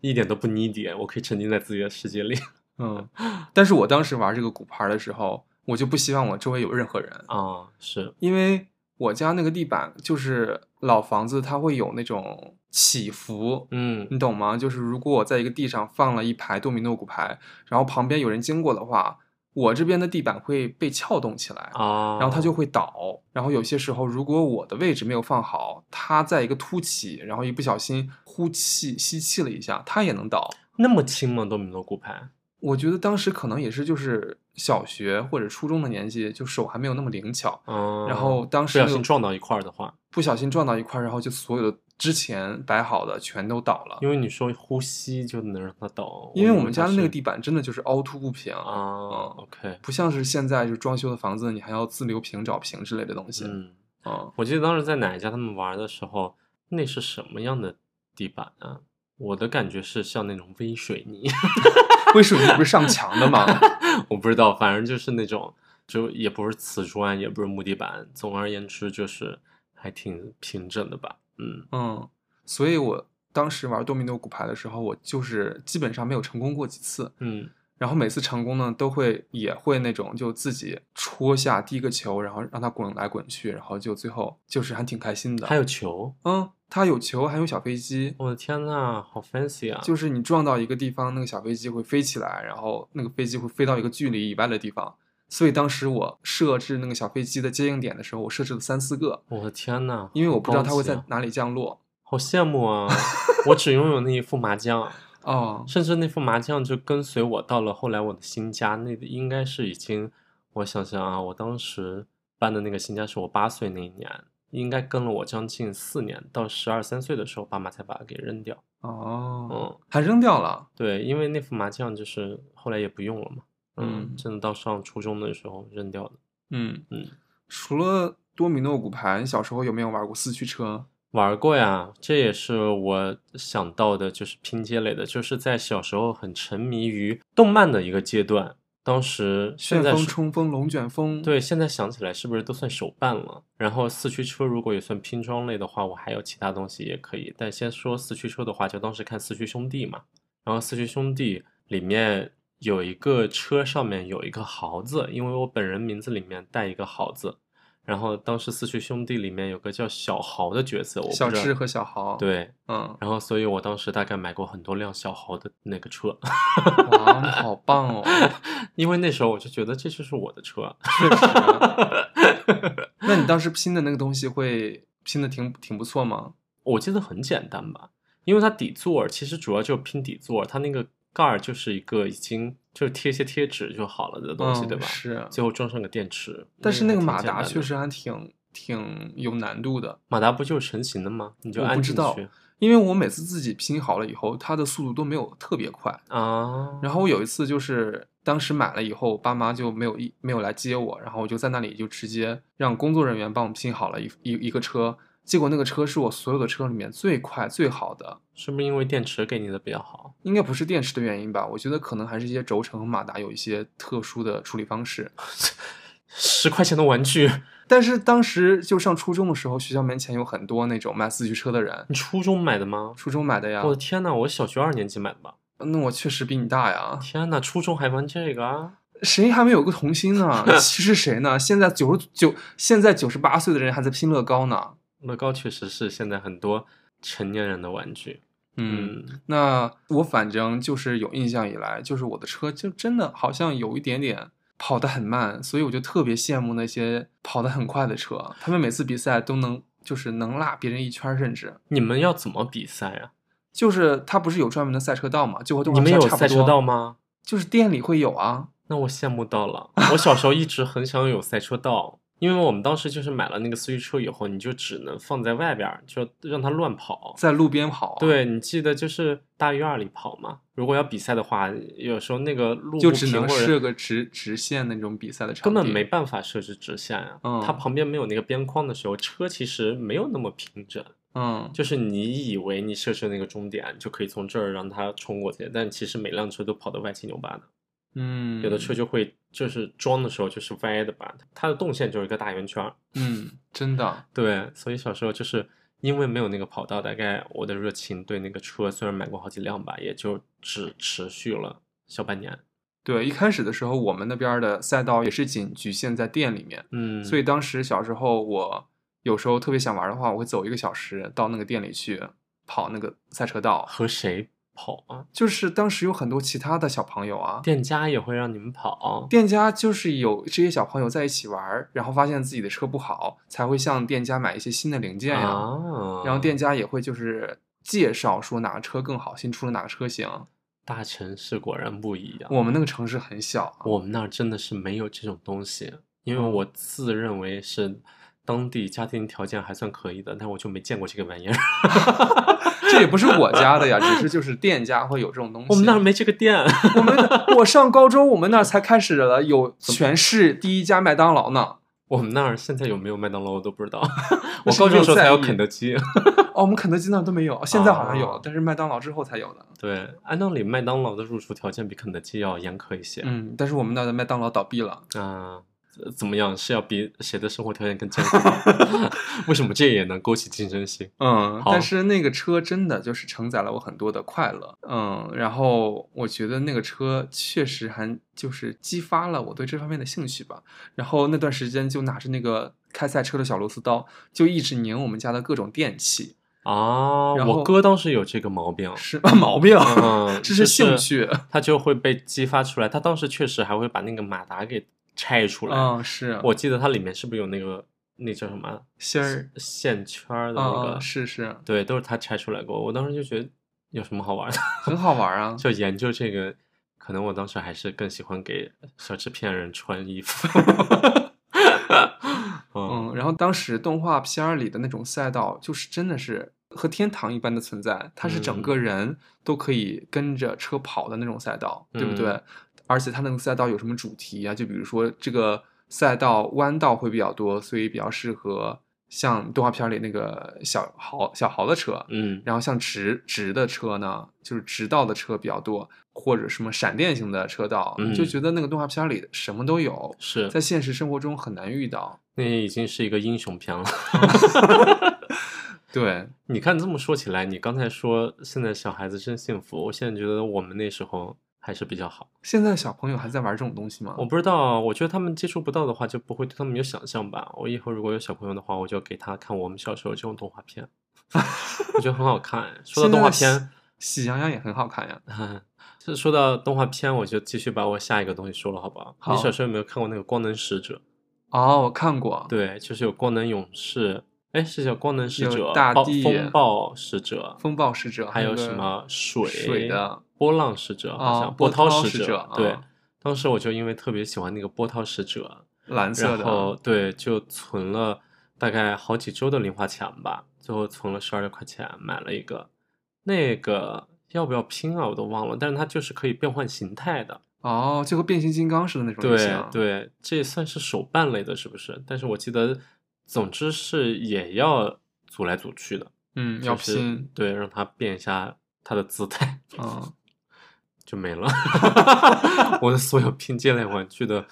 [SPEAKER 1] 一点都不腻点，我可以沉浸在自己的世界里
[SPEAKER 2] 嗯，但是我当时玩这个骨牌的时候，我就不希望我周围有任何人，
[SPEAKER 1] 啊。是，
[SPEAKER 2] 因为我家那个地板就是老房子，它会有那种起伏，
[SPEAKER 1] 嗯
[SPEAKER 2] 你懂吗？就是如果我在一个地上放了一排多米诺骨牌，然后旁边有人经过的话，我这边的地板会被撬动起来。
[SPEAKER 1] 啊，
[SPEAKER 2] 然后它就会倒，然后有些时候，如果我的位置没有放好，它在一个凸起，然后一不小心呼气吸气了一下，它也能倒。
[SPEAKER 1] 那么轻吗？多米诺骨牌？
[SPEAKER 2] 我觉得当时可能也是就是小学或者初中的年纪，就手还没有那么灵巧，
[SPEAKER 1] 嗯，
[SPEAKER 2] 然后当时
[SPEAKER 1] 不小
[SPEAKER 2] 那个
[SPEAKER 1] 心撞到一块儿的话，
[SPEAKER 2] 不小心撞到一块儿，然后就所有的之前摆好的全都倒了。
[SPEAKER 1] 因为你说呼吸就能让它倒，
[SPEAKER 2] 啊因为
[SPEAKER 1] 以
[SPEAKER 2] 我们家
[SPEAKER 1] 它
[SPEAKER 2] 的那个
[SPEAKER 1] 是
[SPEAKER 2] 地板真的就是凹凸不平
[SPEAKER 1] 啊
[SPEAKER 2] 嗯
[SPEAKER 1] ，OK，
[SPEAKER 2] 不像是现在就装修的房子，你还要自留平、找平之类的东西。
[SPEAKER 1] 嗯，
[SPEAKER 2] 嗯，
[SPEAKER 1] 我记得当时在奶奶家他们玩的时候，那是什么样的地板啊？我的感觉是像那种微水泥，
[SPEAKER 2] 为什么你不是上墙的吗？
[SPEAKER 1] 我不知道，反正就是那种，就也不是瓷砖，也不是木地板，总而言之就是还挺平整的吧。嗯，
[SPEAKER 2] 嗯，所以我当时玩多米诺骨牌的时候，我就是基本上没有成功过几次。
[SPEAKER 1] 嗯，
[SPEAKER 2] 然后每次成功呢，都会也会那种就自己戳下第一个球，然后让它滚来滚去，然后就最后就是还挺开心的。
[SPEAKER 1] 还有球，
[SPEAKER 2] 嗯，它有球，还有小飞机，
[SPEAKER 1] 我的天呐，好 fancy 啊！
[SPEAKER 2] 就是你撞到一个地方，那个小飞机会飞起来，然后那个飞机会飞到一个距离以外的地方。所以当时我设置那个小飞机的接应点的时候，我设置了三四个，
[SPEAKER 1] 我的天呐，
[SPEAKER 2] 因为我不知道
[SPEAKER 1] 好
[SPEAKER 2] 它
[SPEAKER 1] 高
[SPEAKER 2] 会
[SPEAKER 1] 级啊
[SPEAKER 2] 在哪里降落。
[SPEAKER 1] 好羡慕啊！我只拥有那一副麻将，
[SPEAKER 2] 哦，
[SPEAKER 1] 甚至那副麻将就跟随我到了后来我的新家，那个应该是已经，我想想啊，我当时搬的那个新家是我八岁那一年，应该跟了我将近四年，到十二三岁的时候，爸妈才把它给扔掉。
[SPEAKER 2] 哦，
[SPEAKER 1] 嗯，
[SPEAKER 2] 还扔掉了。
[SPEAKER 1] 对，因为那副麻将就是后来也不用了嘛。
[SPEAKER 2] 嗯
[SPEAKER 1] 真的到上初中的时候扔掉的。
[SPEAKER 2] 嗯
[SPEAKER 1] 嗯，
[SPEAKER 2] 除了多米诺骨牌，你小时候有没有玩过四驱车？
[SPEAKER 1] 玩过呀，这也是我想到的，就是拼接类的，就是在小时候很沉迷于动漫的一个阶段。当时现
[SPEAKER 2] 旋
[SPEAKER 1] 在
[SPEAKER 2] 风、
[SPEAKER 1] 是
[SPEAKER 2] 冲锋、龙卷风。
[SPEAKER 1] 对，现在想起来是不是都算手办了？然后四驱车如果也算拼装类的话，我还有其他东西也可以。但先说四驱车的话，就当时看《四驱兄弟》嘛。然后《四驱兄弟》里面有一个车上面有一个豪字，因为我本人名字里面带一个豪字。然后当时《四驱兄弟》里面有个叫小豪的角色，我不
[SPEAKER 2] 小
[SPEAKER 1] 知道
[SPEAKER 2] 智和小豪。，
[SPEAKER 1] 对，，
[SPEAKER 2] 嗯
[SPEAKER 1] 然后所以我当时大概买过很多辆小豪的那个车，
[SPEAKER 2] 哇，你好棒哦！
[SPEAKER 1] 因为那时候我就觉得这就是我的车。
[SPEAKER 2] 确实。啊 那你当时拼的那个东西会拼的挺挺不错吗？
[SPEAKER 1] 我记得很简单吧，因为它底座儿其实主要就是拼底座儿，它那个盖儿就是一个已经就是贴一些贴纸就好了的东西，
[SPEAKER 2] 嗯
[SPEAKER 1] 对吧？
[SPEAKER 2] 是。
[SPEAKER 1] 最后装上个电池。
[SPEAKER 2] 但是那个
[SPEAKER 1] 还挺
[SPEAKER 2] 马
[SPEAKER 1] 简
[SPEAKER 2] 达
[SPEAKER 1] 单的
[SPEAKER 2] 确，实还挺挺有难度的，
[SPEAKER 1] 马达不就是成型的吗？你就
[SPEAKER 2] 我
[SPEAKER 1] 按
[SPEAKER 2] 不知
[SPEAKER 1] 进
[SPEAKER 2] 道
[SPEAKER 1] 去
[SPEAKER 2] 因为我每次自己拼好了以后，它的速度都没有特别快。
[SPEAKER 1] 啊。
[SPEAKER 2] 然后我有一次就是当时买了以后，我爸妈就没有一没有来接我，然后我就在那里就直接让工作人员帮我们拼好了一一一个车，结果那个车是我所有的车里面最快最好的，
[SPEAKER 1] 是不是因为电池给你的比较好？
[SPEAKER 2] 应该不是电池的原因吧？我觉得可能还是一些轴承和马达有一些特殊的处理方式。
[SPEAKER 1] 十块钱的玩具，
[SPEAKER 2] 但是当时就上初中的时候，学校门前有很多那种卖四驱车的人，
[SPEAKER 1] 你初中买的吗？
[SPEAKER 2] 初中买的呀
[SPEAKER 1] 我。的天呐，我小学二年级买的吧？
[SPEAKER 2] 那我确实比你大呀，
[SPEAKER 1] 天呐，初中还玩这个啊？
[SPEAKER 2] 谁还没有个童心呢？你歧视谁呢？现在九十九，现在九十八岁的人还在拼乐高呢。嗯
[SPEAKER 1] 乐高确实是现在很多成年人的玩具。，嗯，
[SPEAKER 2] 那我反正就是有印象以来，就是我的车就真的好像有一点点跑得很慢，所以我就特别羡慕那些跑得很快的车，他们每次比赛都能就是能拉别人一圈儿，甚至
[SPEAKER 1] 你们要怎么比赛啊？
[SPEAKER 2] 就是它不是有专门的赛车道嘛，就和动
[SPEAKER 1] 你
[SPEAKER 2] 画
[SPEAKER 1] 们
[SPEAKER 2] 片
[SPEAKER 1] 有
[SPEAKER 2] 差不
[SPEAKER 1] 赛车道
[SPEAKER 2] 多，
[SPEAKER 1] 吗？
[SPEAKER 2] 就是店里会有啊。
[SPEAKER 1] 那我羡慕到了。我小时候一直很想有赛车道，因为我们当时就是买了那个四驱车以后，你就只能放在外边儿，就让它乱跑。
[SPEAKER 2] 在路边跑，，啊
[SPEAKER 1] 对你记得就是大院儿里跑嘛？如果要比赛的话，有时候那个路
[SPEAKER 2] 就
[SPEAKER 1] 不
[SPEAKER 2] 只
[SPEAKER 1] 平
[SPEAKER 2] 能
[SPEAKER 1] 或者
[SPEAKER 2] 设个直直线那种比赛的场地，
[SPEAKER 1] 根本没办法设置直线啊。
[SPEAKER 2] 嗯
[SPEAKER 1] 它旁边没有那个边框的时候，车其实没有那么平整。
[SPEAKER 2] 嗯，
[SPEAKER 1] 就是你以为你设置那个终点，你就可以从这儿让它冲过去，但其实每辆车都跑得歪七扭八的，
[SPEAKER 2] 嗯，
[SPEAKER 1] 有的车就会就是装的时候就是歪的吧，它的动线就是一个大圆圈儿。
[SPEAKER 2] 嗯，真的，
[SPEAKER 1] 对，所以小时候就是因为没有那个跑道，大概我的热情对那个车虽然买过好几辆吧，也就只持续了小半年。
[SPEAKER 2] 对，一开始的时候，我们那边儿的赛道也是仅局限在店里面，
[SPEAKER 1] 嗯，
[SPEAKER 2] 所以当时小时候我有时候特别想玩的话，我会走一个小时到那个店里去跑那个赛车道。
[SPEAKER 1] 和谁跑啊？
[SPEAKER 2] 就是当时有很多其他的小朋友啊，
[SPEAKER 1] 店家也会让你们跑。
[SPEAKER 2] 店家就是有这些小朋友在一起玩儿，然后发现自己的车不好，才会向店家买一些新的零件呀、
[SPEAKER 1] 啊，
[SPEAKER 2] 然后店家也会就是介绍说哪个车更好，新出了哪个车
[SPEAKER 1] 嗯
[SPEAKER 2] 型。
[SPEAKER 1] 大城市果然不一样。
[SPEAKER 2] 我们那个城市很小啊，
[SPEAKER 1] 我们那儿真的是没有这种东西，因为
[SPEAKER 2] 哦
[SPEAKER 1] 我自认为是当地家庭条件还算可以的，但我就没见过这个玩意儿。
[SPEAKER 2] 这也不是我家的呀，只是就是店家会有这种东西。
[SPEAKER 1] 我们那儿没这个店，
[SPEAKER 2] 我们的我上高中，我们那儿才开始了有全市第一家麦当劳 呢。
[SPEAKER 1] 我们那儿现在有没有麦当劳我都不知 道。
[SPEAKER 2] 那
[SPEAKER 1] 我
[SPEAKER 2] 是因
[SPEAKER 1] 高中
[SPEAKER 2] 为
[SPEAKER 1] 的时候才有
[SPEAKER 2] 在意
[SPEAKER 1] 肯德基。
[SPEAKER 2] 哦，我们肯德基那儿都没有，现在好像有，
[SPEAKER 1] 啊
[SPEAKER 2] 但是麦当劳之后才有的。
[SPEAKER 1] 对，按道理麦当劳的入厨条件比肯德基要严苛一些。
[SPEAKER 2] 嗯，但是我们那儿的麦当劳倒闭了。
[SPEAKER 1] 啊、呃怎么样？是要比谁的生活条件更艰苦？ 为什么这也能勾起竞争心？
[SPEAKER 2] 嗯，
[SPEAKER 1] 好
[SPEAKER 2] 但是那个车真的就是承载了我很多的快乐。嗯，然后我觉得那个车确实还就是激发了我对这方面的兴趣吧。然后那段时间就拿着那个开赛车的小螺丝刀，就一直拧我们家的各种电器，
[SPEAKER 1] 啊，
[SPEAKER 2] 然后
[SPEAKER 1] 我哥当时有这个毛病，
[SPEAKER 2] 是 毛病，
[SPEAKER 1] 哦嗯
[SPEAKER 2] 这
[SPEAKER 1] 就是
[SPEAKER 2] 兴趣。
[SPEAKER 1] 他就会被激发出来。他当时确实还会把那个马达给拆出来。
[SPEAKER 2] 嗯，是
[SPEAKER 1] 我记得它里面是不是有那个那叫什么啊
[SPEAKER 2] 芯儿，
[SPEAKER 1] 线圈儿的那
[SPEAKER 2] 嗯
[SPEAKER 1] 个？
[SPEAKER 2] 嗯，是是，
[SPEAKER 1] 对，都是他拆出来过。我当时就觉得有什么好玩的，
[SPEAKER 2] 很好玩啊。
[SPEAKER 1] 就研究这个。可能我当时还是更喜欢给小纸片人穿衣服。 嗯，
[SPEAKER 2] 嗯，然后当时动画片儿里的那种赛道，就是真的是和天堂一般的存在，它是整
[SPEAKER 1] 嗯
[SPEAKER 2] 个人都可以跟着车跑的那种赛道，对不对
[SPEAKER 1] 嗯？
[SPEAKER 2] 而且它那个赛道有什么主题啊？就比如说这个赛道弯道会比较多，所以比较适合像动画片儿里那个小豪小豪的车。
[SPEAKER 1] 嗯，
[SPEAKER 2] 然后像直直的车呢，就是直道的车比较多，或者什么闪电型的车道，你就
[SPEAKER 1] 嗯
[SPEAKER 2] 觉得那个动画片儿里什么都有，
[SPEAKER 1] 是，
[SPEAKER 2] 在现实生活中很难遇到。
[SPEAKER 1] 那已经是一个英雄片了。
[SPEAKER 2] 对，
[SPEAKER 1] 你看这么说起来，你刚才说现在小孩子真幸福，我现在觉得我们那时候还是比较好。
[SPEAKER 2] 现在小朋友还在玩这种东西吗？
[SPEAKER 1] 我不知道，我觉得他们接触不到的话，就不会对他们有想象吧。我以后如果有小朋友的话，我就给他看我们小时候这种动画片， 我觉得很好看。说到动画
[SPEAKER 2] 现在的
[SPEAKER 1] 片，
[SPEAKER 2] 喜，喜羊羊也很好看呀。
[SPEAKER 1] 这说到动画片，我就继续把我下一个东西说了，好不好？
[SPEAKER 2] 好
[SPEAKER 1] 你小时候有没有看过那个《光能使者
[SPEAKER 2] 哦，我看过》？。，
[SPEAKER 1] 对，就是有光能勇士，哎，是叫光能使
[SPEAKER 2] 有
[SPEAKER 1] 者、
[SPEAKER 2] 大
[SPEAKER 1] 暴
[SPEAKER 2] 地
[SPEAKER 1] 风暴使者，
[SPEAKER 2] 风暴使者，
[SPEAKER 1] 还有
[SPEAKER 2] 个
[SPEAKER 1] 什么水
[SPEAKER 2] 水的
[SPEAKER 1] 波浪使者，好
[SPEAKER 2] 啊
[SPEAKER 1] 像
[SPEAKER 2] 波
[SPEAKER 1] 涛
[SPEAKER 2] 涛
[SPEAKER 1] 使
[SPEAKER 2] 使
[SPEAKER 1] 者
[SPEAKER 2] 者。
[SPEAKER 1] 对
[SPEAKER 2] 啊，
[SPEAKER 1] 当时我就因为特别喜欢那个波涛使者，
[SPEAKER 2] 蓝色
[SPEAKER 1] 然后
[SPEAKER 2] 的？
[SPEAKER 1] 对，就存了大概好几周的零花钱吧，最后存了十二块钱买了一个，那个要不要拼啊？我都忘了，但是它就是可以变换形态的。
[SPEAKER 2] 哦，就和变形金刚似的那种啊类型
[SPEAKER 1] 对。对，这算是手办类的，是不是？但是我记得，总之是也要组来组去的，
[SPEAKER 2] 嗯，
[SPEAKER 1] 就
[SPEAKER 2] 要
[SPEAKER 1] 是
[SPEAKER 2] 拼，
[SPEAKER 1] 对，让它变一下它的姿态
[SPEAKER 2] 嗯，
[SPEAKER 1] 就没 了。我的所有拼接类玩具的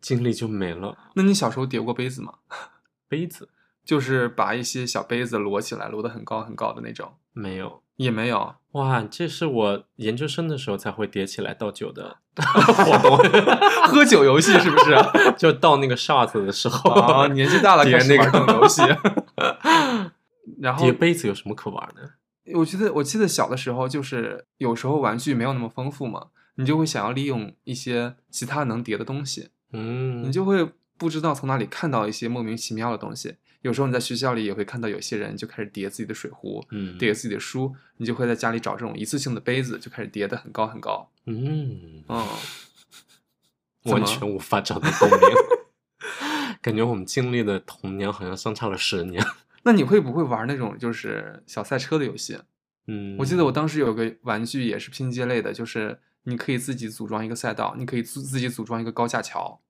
[SPEAKER 1] 经历就没了。
[SPEAKER 2] 那你小时候叠过杯子吗？
[SPEAKER 1] 杯子
[SPEAKER 2] 就是把一些小杯子摞起来，摞得很高很高的那种，
[SPEAKER 1] 没有。
[SPEAKER 2] 也没有。
[SPEAKER 1] 哇，这是我研究生的时候才会叠起来倒酒 的活动，
[SPEAKER 2] 喝酒游戏是不是？
[SPEAKER 1] 就倒那个 shot 的时候，
[SPEAKER 2] 啊，你年纪大了
[SPEAKER 1] 叠
[SPEAKER 2] 开始
[SPEAKER 1] 那
[SPEAKER 2] 玩
[SPEAKER 1] 个
[SPEAKER 2] 这 种游戏。然后
[SPEAKER 1] 叠杯子有什么可玩的？
[SPEAKER 2] 我觉得，我记得小的时候，就是有时候玩具没有那么丰富嘛，你就会想要利用一些其他能叠的东西，
[SPEAKER 1] 嗯，
[SPEAKER 2] 你就会不知道从哪里看到一些莫名其妙的东西。有时候你在学校里也会看到有些人就开始叠自己的水壶，
[SPEAKER 1] 嗯
[SPEAKER 2] 叠自己的书，你就会在家里找这种一次性的杯子，就开始叠得很高很高。
[SPEAKER 1] 嗯，
[SPEAKER 2] 嗯，怎
[SPEAKER 1] 完
[SPEAKER 2] 么
[SPEAKER 1] 全无法找到共鸣， 感觉我们经历的童年好像相差了十年。
[SPEAKER 2] 那你会不会玩那种就是小赛车的游戏？
[SPEAKER 1] 嗯，
[SPEAKER 2] 我记得我当时有个玩具也是拼接类的，就是你可以自己组装一个赛道，你可以自自己组装一个高架桥。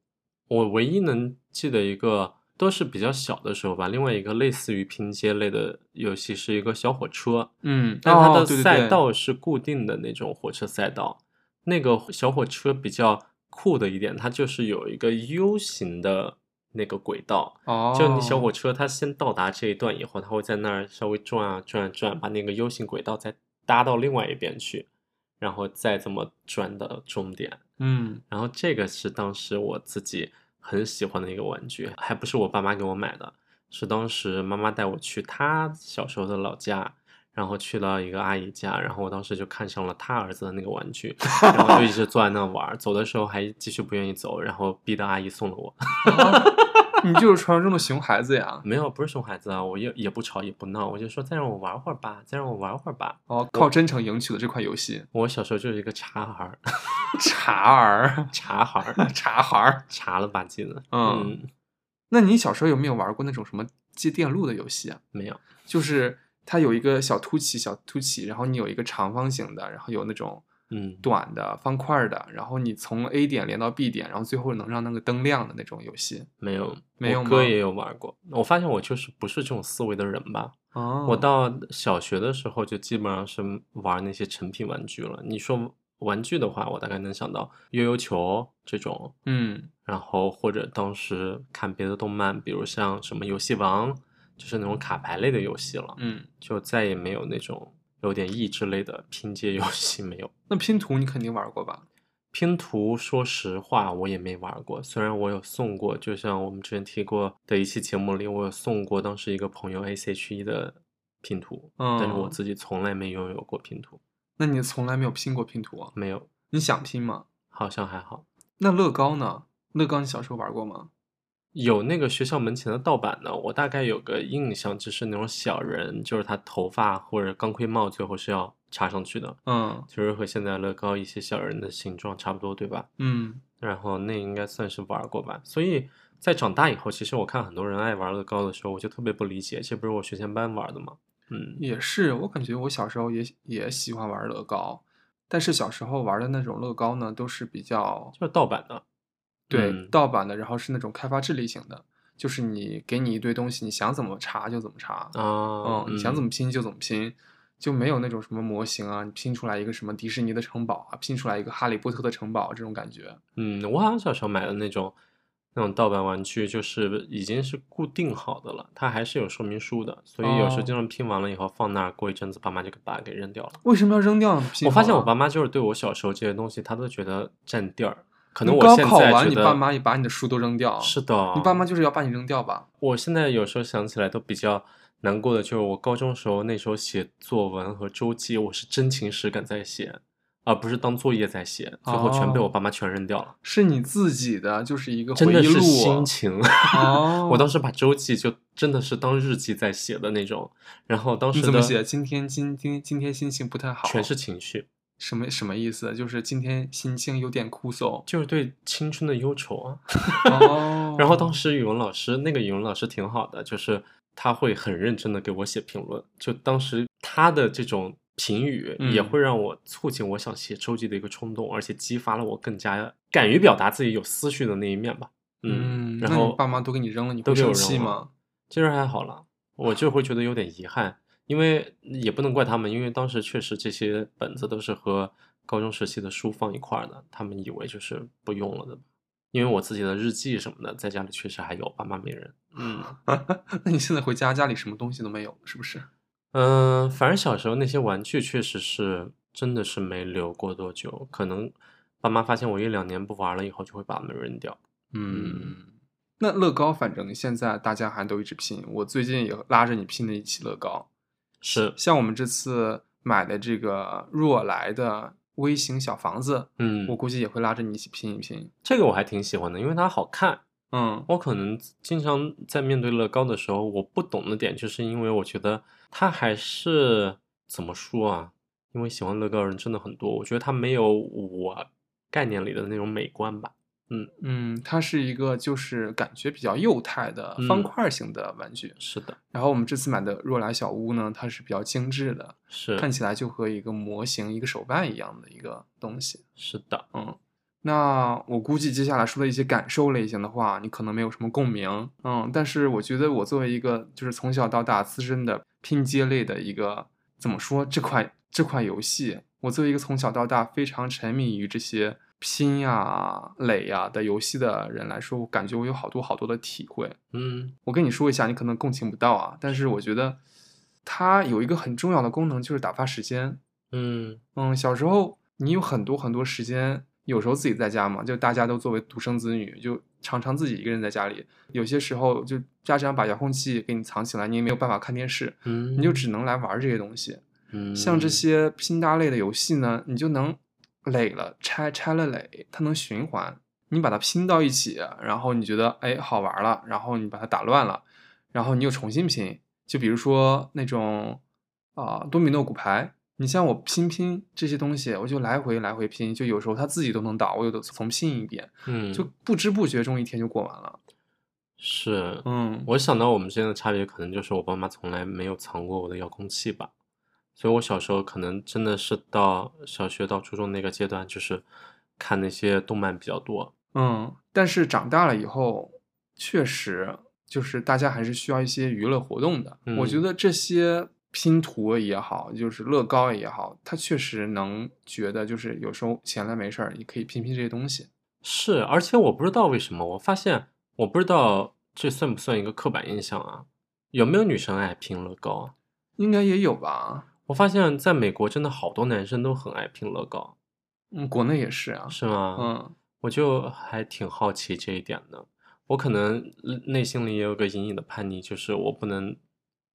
[SPEAKER 1] 我唯一能记得一个都是比较小的时候吧，另外一个类似于拼接类的游戏是一个小火车，
[SPEAKER 2] 嗯，
[SPEAKER 1] 但它
[SPEAKER 2] 哦
[SPEAKER 1] 的
[SPEAKER 2] 对对
[SPEAKER 1] 赛
[SPEAKER 2] 对
[SPEAKER 1] 道是固定的那种火车赛道。那个小火车比较酷的一点，它就是有一个 U 型的那个轨道，
[SPEAKER 2] 哦，
[SPEAKER 1] 就你小火车，它先到达这一段以后，它会在那儿稍微转啊转啊转，把那个 U 型轨道再搭到另外一边去，然后再这么转到终点。
[SPEAKER 2] 嗯，
[SPEAKER 1] 然后这个是当时我自己很喜欢的一个玩具，还不是我爸妈给我买的，是当时妈妈带我去她小时候的老家。然后去到一个阿姨家，然后我当时就看上了她儿子的那个玩具，然后就一直坐在那玩儿。走的时候还继续不愿意走，然后逼得阿姨送了我。
[SPEAKER 2] 你就是传说中的熊孩子呀。
[SPEAKER 1] 没有，不是熊孩子啊，我也也不吵也不闹，我就说再让我玩会儿吧，再让我玩会儿吧。
[SPEAKER 2] 哦，靠真诚赢取了这款游戏。
[SPEAKER 1] 我小时候就是一个茶孩儿，
[SPEAKER 2] 茶儿，
[SPEAKER 1] 茶孩儿，
[SPEAKER 2] 茶孩儿。
[SPEAKER 1] 茶了吧唧的。
[SPEAKER 2] 嗯，那你小时候有没有玩过那种什么接电路的游戏啊？
[SPEAKER 1] 没有，
[SPEAKER 2] 就是它有一个小凸起，小凸起，然后你有一个长方形的，然后有那种
[SPEAKER 1] 嗯，
[SPEAKER 2] 短的方块儿的，然后你从 A 点连到 B 点，然后最后能让那个灯亮的那种游戏。
[SPEAKER 1] 没有，
[SPEAKER 2] 没有
[SPEAKER 1] 我
[SPEAKER 2] 吗
[SPEAKER 1] 哥也有玩过。我发现我就是不是这种思维的人吧。
[SPEAKER 2] 哦
[SPEAKER 1] 我到小学的时候就基本上是玩那些成品玩具了。你说玩具的话，我大概能想到悠悠球这种，
[SPEAKER 2] 嗯
[SPEAKER 1] 然后或者当时看别的动漫，比如像什么游戏王，就是那种卡牌类的游戏了。
[SPEAKER 2] 嗯，
[SPEAKER 1] 就再也没有那种有点益智类的拼接游戏没有。
[SPEAKER 2] 那拼图你肯定玩过吧？
[SPEAKER 1] 拼图，说实话我也没玩过，虽然我有送过，就像我们之前提过的一期节目里，我有送过当时一个朋友 A C H E 的拼图，但是我
[SPEAKER 2] 嗯
[SPEAKER 1] 自己从来没拥有过拼图，
[SPEAKER 2] 那你从来没有拼过拼图啊？
[SPEAKER 1] 没有，
[SPEAKER 2] 你想拼吗？
[SPEAKER 1] 好像还好。
[SPEAKER 2] 那乐高呢？乐高你小时候玩过吗？
[SPEAKER 1] 有那个学校门前的盗版的，我大概有个印象，就是那种小人，就是他头发或者钢盔帽最后是要插上去的，
[SPEAKER 2] 嗯
[SPEAKER 1] 就是和现在乐高一些小人的形状差不多，对吧？
[SPEAKER 2] 嗯
[SPEAKER 1] 然后那应该算是玩过吧。所以在长大以后，其实我看很多人爱玩乐高的时候，我就特别不理解，这不是我学前班玩的吗？嗯，
[SPEAKER 2] 也是，我感觉我小时候也也喜欢玩乐高，但是小时候玩的那种乐高呢，都是比较
[SPEAKER 1] 就是盗版的。
[SPEAKER 2] 对、
[SPEAKER 1] 嗯
[SPEAKER 2] 盗版的，然后是那种开发智力型的，就是你给你一堆东西，你想怎么查就怎么查，
[SPEAKER 1] 啊，
[SPEAKER 2] 嗯，你想怎
[SPEAKER 1] 么？
[SPEAKER 2] 么拼就怎么拼，就没有那种什么模型啊，你拼出来一个什么迪士尼的城堡啊，拼出来一个哈利波特的城堡这种感觉。
[SPEAKER 1] 嗯，我好像小时候买的那种那种盗版玩具，就是已经是固定好的了，它还是有说明书的，所以有时候
[SPEAKER 2] 哦
[SPEAKER 1] 经常拼完了以后放那儿，过一阵子爸妈就给把它给扔掉了。
[SPEAKER 2] 为什么要扔掉呢？
[SPEAKER 1] 我发现我
[SPEAKER 2] 爸
[SPEAKER 1] 爸妈就是对我小时候这些东西，他都觉得占地儿。可能
[SPEAKER 2] 你
[SPEAKER 1] 我
[SPEAKER 2] 高
[SPEAKER 1] 现
[SPEAKER 2] 考
[SPEAKER 1] 在
[SPEAKER 2] 完，
[SPEAKER 1] 觉
[SPEAKER 2] 你
[SPEAKER 1] 得
[SPEAKER 2] 爸妈也把你的书都扔掉，
[SPEAKER 1] 是的，
[SPEAKER 2] 你爸妈就是要把你扔掉吧？
[SPEAKER 1] 我现在有时候想起来都比较难过的，就是我高中时候那时候写作文和周记，我是真情实感在写，而不是当作业在写，最后全被
[SPEAKER 2] 哦
[SPEAKER 1] 我爸妈全扔掉了，
[SPEAKER 2] 是你自己的，就是一个回
[SPEAKER 1] 真的
[SPEAKER 2] 忆
[SPEAKER 1] 是
[SPEAKER 2] 录。啊
[SPEAKER 1] 心情。
[SPEAKER 2] 哦，
[SPEAKER 1] 我当时把周记就真的是当日记在写的那种，然后当
[SPEAKER 2] 你
[SPEAKER 1] 时
[SPEAKER 2] 怎么
[SPEAKER 1] 的
[SPEAKER 2] 写？今天今今今天心情不太好，
[SPEAKER 1] 全是情绪，。
[SPEAKER 2] 什么什么意思？就是今天心情有点枯燥
[SPEAKER 1] 就是对青春的忧愁啊。
[SPEAKER 2] 哦，
[SPEAKER 1] 然后当时语文老师，那个语文老师挺好的，就是他会很认真的给我写评论，就当时他的这种评语
[SPEAKER 2] 嗯
[SPEAKER 1] 也会让我促进我想写周记的一个冲动，而且激发了我更加敢于表达自己有思绪的那一面吧。
[SPEAKER 2] 嗯，
[SPEAKER 1] 然
[SPEAKER 2] 那你
[SPEAKER 1] 后
[SPEAKER 2] 爸妈都给你扔了，你
[SPEAKER 1] 都
[SPEAKER 2] 会
[SPEAKER 1] 给我
[SPEAKER 2] 生
[SPEAKER 1] 扔
[SPEAKER 2] 气
[SPEAKER 1] 了
[SPEAKER 2] 吗？
[SPEAKER 1] 其实还好啦，我就会觉得有点遗憾，因为也不能怪他们，因为当时确实这些本子都是和高中时期的书放一块儿的，他们以为就是不用了的。因为我自己的日记什么的，在家里确实还有，爸妈没人。嗯
[SPEAKER 2] 那你现在回家，家里什么东西都没有，是不是？
[SPEAKER 1] 嗯、呃反正小时候那些玩具确实是真的是没留过多久，可能爸妈发现我一两年不玩了以后，就会把它们扔掉。
[SPEAKER 2] 嗯，那乐高，反正现在大家还都一直拼，我最近也拉着你拼了一期乐高。
[SPEAKER 1] 是，
[SPEAKER 2] 像我们这次买的这个若来的微型小房子，
[SPEAKER 1] 嗯，
[SPEAKER 2] 我估计也会拉着你一起拼一拼。
[SPEAKER 1] 这个我还挺喜欢的，因为它好看。
[SPEAKER 2] 嗯
[SPEAKER 1] 我可能经常在面对乐高的时候，我不懂的点，就是因为我觉得它还是怎么说啊？因为喜欢乐高的人真的很多，我觉得它没有我概念里的那种美观吧。
[SPEAKER 2] 嗯，它是一个就是感觉比较幼态的
[SPEAKER 1] 嗯
[SPEAKER 2] 方块型的玩具。
[SPEAKER 1] 是的，
[SPEAKER 2] 然后我们这次买的若来小屋呢，它是比较精致的，
[SPEAKER 1] 是
[SPEAKER 2] 看起来就和一个模型、一个手办一样的一个东西。
[SPEAKER 1] 是的，
[SPEAKER 2] 嗯，那我估计接下来说的一些感受类型的话，你可能没有什么共鸣。嗯，但是我觉得我作为一个就是从小到大资深的拼接类的一个怎么说这款这款游戏，我作为一个从小到大非常沉迷于这些拼呀、垒呀、的游戏的人来说，我感觉我有好多好多的体会。
[SPEAKER 1] 嗯
[SPEAKER 2] 我跟你说一下，你可能共情不到啊，但是我觉得它有一个很重要的功能，就是打发时间。
[SPEAKER 1] 嗯
[SPEAKER 2] 嗯，小时候你有很多很多时间，有时候自己在家嘛，就大家都作为独生子女，就常常自己一个人在家里。有些时候就家长把遥控器给你藏起来，你也没有办法看电视，
[SPEAKER 1] 嗯，
[SPEAKER 2] 你就只能来玩儿这些东西。
[SPEAKER 1] 嗯
[SPEAKER 2] 像这些拼搭类的游戏呢，你就能垒了拆，拆了垒，它能循环。你把它拼到一起，然后你觉得哎好玩了，然后你把它打乱了，然后你又重新拼。就比如说那种啊、多米诺骨牌，你像我拼拼这些东西，我就来回来回拼，就有时候它自己都能倒，我又得重拼一遍，
[SPEAKER 1] 嗯
[SPEAKER 2] 就不知不觉中一天就过完了。
[SPEAKER 1] 是
[SPEAKER 2] 嗯，
[SPEAKER 1] 我想到我们之间的差别，可能就是我爸妈从来没有藏过我的遥控器吧，所以我小时候可能真的是到小学到初中那个阶段，就是看那些动漫比较多。
[SPEAKER 2] 嗯，但是长大了以后，确实就是大家还是需要一些娱乐活动的。我觉
[SPEAKER 1] 嗯
[SPEAKER 2] 得这些拼图也好，就是乐高也好，它确实能觉得就是有时候闲来没事儿，你可以拼拼这些东西。
[SPEAKER 1] 是，而且我不知道为什么，我发现我不知道这算不算一个刻板印象啊？有没有女生爱拼乐高啊？
[SPEAKER 2] 应该也有吧？
[SPEAKER 1] 我发现在美国真的好多男生都很爱拼乐高，
[SPEAKER 2] 嗯，国内也是啊。
[SPEAKER 1] 是吗？。
[SPEAKER 2] 嗯
[SPEAKER 1] 我就还挺好奇这一点的。我可能呃内心里也有个隐隐的叛逆，就是我不能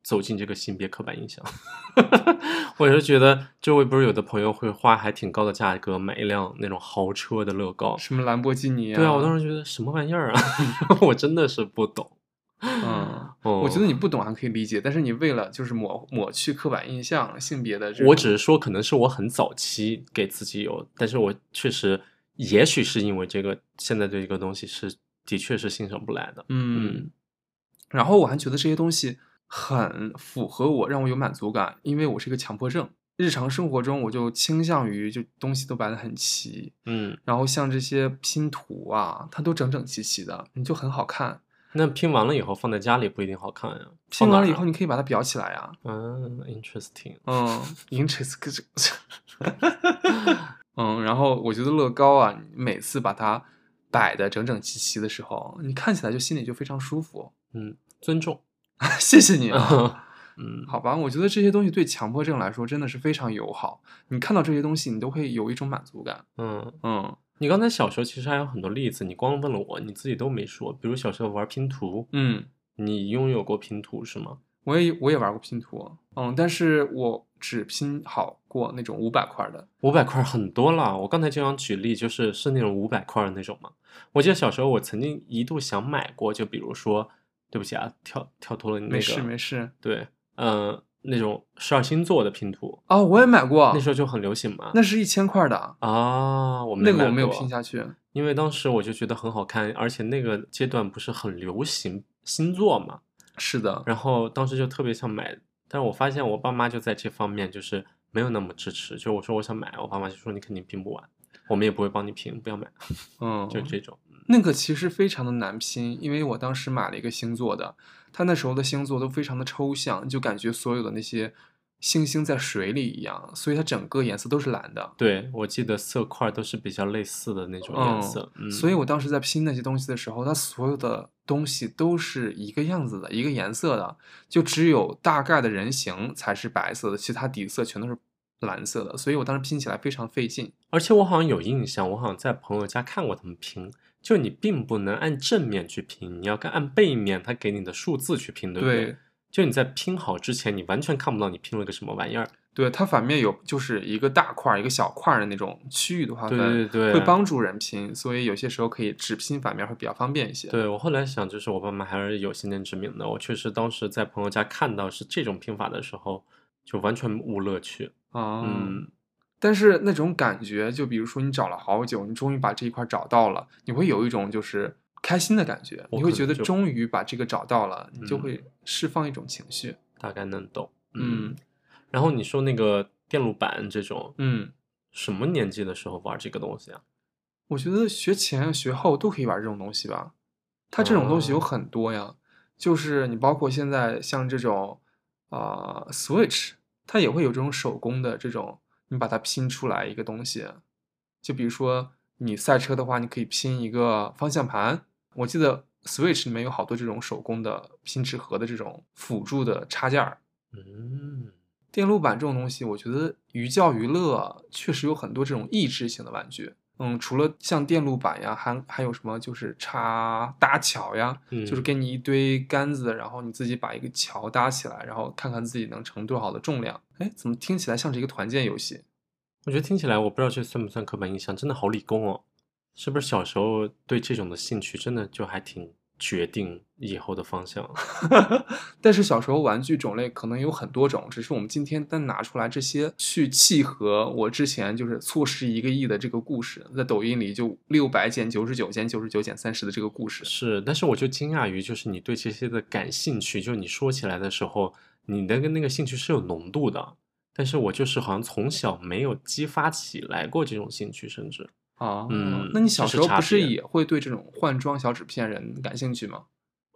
[SPEAKER 1] 走进这个性别刻板印象。 我是觉得周围不是有的朋友会花还挺高的价格买一辆那种豪车的乐高，
[SPEAKER 2] 什么兰博基尼
[SPEAKER 1] 对啊，我当
[SPEAKER 2] 时
[SPEAKER 1] 时觉得什么玩意儿啊， 我真的是不懂。
[SPEAKER 2] 嗯。
[SPEAKER 1] 哦
[SPEAKER 2] 我觉得你不懂还可以理解，但是你为了就是抹抹去刻板印象、性别的这
[SPEAKER 1] 我
[SPEAKER 2] 种
[SPEAKER 1] 只是说，可能是我很早期给自己有，但是我确实，也许是因为这个，现在对这个东西是的确是欣赏不来的。
[SPEAKER 2] 嗯，然后我还觉得这些东西很符合我，让我有满足感，因为我是一个强迫症。日常生活中，我就倾向于就东西都摆得很齐，
[SPEAKER 1] 嗯，
[SPEAKER 2] 然后像这些拼图啊，它都整整齐齐的，你就很好看。
[SPEAKER 1] 那拼完了以后放在家里不一定好看啊呀、
[SPEAKER 2] 拼完了以后，
[SPEAKER 1] 你
[SPEAKER 2] 你可以把它裱起来啊。
[SPEAKER 1] 嗯，interesting，
[SPEAKER 2] 嗯，interest 这这， 嗯，然后我觉得乐高啊，你每次把它摆的整整齐齐的时候，你看起来就心里就非常舒服。
[SPEAKER 1] 嗯，尊重，
[SPEAKER 2] 谢谢你啊。
[SPEAKER 1] 嗯，
[SPEAKER 2] 好吧，我觉得这些东西对强迫症来说真的是非常友好。你看到这些东西，你都会有一种满足感。
[SPEAKER 1] 嗯，
[SPEAKER 2] 嗯
[SPEAKER 1] 你刚才小时候其实还有很多例子，你光问了我，你自己都没说，比如小时候玩拼图，
[SPEAKER 2] 嗯，
[SPEAKER 1] 你拥有过拼图是吗？
[SPEAKER 2] 我也我也玩过拼图，嗯，但是我只拼好过那种五百块的。
[SPEAKER 1] 五百块很多了，我刚才就想举例，就是是那种五百块的那种嘛。我记得小时候我曾经一度想买过，就比如说，对不起啊，跳跳脱了你那个，
[SPEAKER 2] 没事没事
[SPEAKER 1] 对，嗯、那种十二星座的拼图，
[SPEAKER 2] 啊、我也买过，
[SPEAKER 1] 那时候就很流行嘛。
[SPEAKER 2] 那是一千块的，
[SPEAKER 1] 啊，我没
[SPEAKER 2] 那个我
[SPEAKER 1] 买
[SPEAKER 2] 没有
[SPEAKER 1] 过
[SPEAKER 2] 拼下去。
[SPEAKER 1] 因为当时我就觉得很好看，而且那个阶段不是很流行星座嘛，
[SPEAKER 2] 是的，
[SPEAKER 1] 然后当时就特别想买，但是我发现我爸妈就在这方面就是没有那么支持，就我说我想买，我爸妈就说你肯定拼不完，我们也不会帮你拼，不要买，
[SPEAKER 2] 嗯，
[SPEAKER 1] 就这种。嗯
[SPEAKER 2] 那个其实非常的难拼，因为我当时买了一个星座的，它那时候的星座都非常的抽象，就感觉所有的那些星星在水里一样，所以它整个颜色都是蓝的。
[SPEAKER 1] 对，我记得色块都是比较类似的那种颜色，嗯，
[SPEAKER 2] 所以我当时在拼那些东西的时候，它所有的东西都是一个样子的，一个颜色的，就只有大概的人形才是白色的，其他底色全都是蓝色的，所以我当时拼起来非常费劲。
[SPEAKER 1] 而且我好像有印象，我好像在朋友家看过他们拼，就你并不能按正面去拼，你要看按背面他给你的数字去拼，对不对？
[SPEAKER 2] 对
[SPEAKER 1] 就你在拼好之前，你完全看不到你拼了个什么玩意儿。
[SPEAKER 2] 对，它反面有就是一个大块儿一个小块儿的那种区域的划
[SPEAKER 1] 对
[SPEAKER 2] 分，
[SPEAKER 1] 对对，
[SPEAKER 2] 会帮助人拼，所以有些时候可以只拼反面会比较方便一些。
[SPEAKER 1] 对我后来想，就是我爸妈还是有先见之明的。我确实当时在朋友家看到是这种拼法的时候，就完全无乐趣。
[SPEAKER 2] 啊，
[SPEAKER 1] 嗯，
[SPEAKER 2] 但是那种感觉，就比如说你找了好久，你终于把这一块找到了，你会有一种就是开心的感觉，
[SPEAKER 1] 我可
[SPEAKER 2] 你会
[SPEAKER 1] 能
[SPEAKER 2] 觉得
[SPEAKER 1] 就
[SPEAKER 2] 终于把这个找到了，你就
[SPEAKER 1] 嗯
[SPEAKER 2] 会释放一种情绪。
[SPEAKER 1] 大概能懂。
[SPEAKER 2] 嗯，
[SPEAKER 1] 然后你说那个电路板这种，
[SPEAKER 2] 嗯，
[SPEAKER 1] 什么年纪的时候玩这个东西啊？
[SPEAKER 2] 我觉得学前学后都可以玩这种东西吧，它这种东西有
[SPEAKER 1] 哦
[SPEAKER 2] 很多呀，就是你包括现在像这种啊、呃 Switch，它也会有这种手工的这种，你把它拼出来一个东西，就比如说你赛车的话，你可以拼一个方向盘，我记得 Switch 里面有好多这种手工的拼纸盒的这种辅助的插件儿。
[SPEAKER 1] 嗯，
[SPEAKER 2] 电路板这种东西，我觉得寓教于乐，确实有很多这种益智型的玩具。嗯，除了像电路板呀，还还有什么就是插搭桥呀，
[SPEAKER 1] 嗯
[SPEAKER 2] 就是给你一堆杆子，然后你自己把一个桥搭起来，然后看看自己能承多少的重量。哎，怎么听起来像是一个团建游戏？
[SPEAKER 1] 我觉得听起来，我不知道这算不算刻板印象，真的好理工哦。是不是小时候对这种的兴趣，真的就还挺决定以后的方向？啊
[SPEAKER 2] 但是小时候玩具种类可能有很多种，只是我们今天单拿出来这些去契合我之前就是错失一个亿的这个故事，在抖音里就六百减九十九减九十九减三十的这个故事。
[SPEAKER 1] 是，但是我就惊讶于，就是你对这些的感兴趣，就你说起来的时候，你的那个兴趣是有浓度的，但是我就是好像从小没有激发起来过这种兴趣，甚至
[SPEAKER 2] 啊，
[SPEAKER 1] 嗯
[SPEAKER 2] 那你小
[SPEAKER 1] 这
[SPEAKER 2] 时
[SPEAKER 1] 是
[SPEAKER 2] 候
[SPEAKER 1] 差
[SPEAKER 2] 不是
[SPEAKER 1] 别
[SPEAKER 2] 也会对这种换装小纸片人感兴趣吗？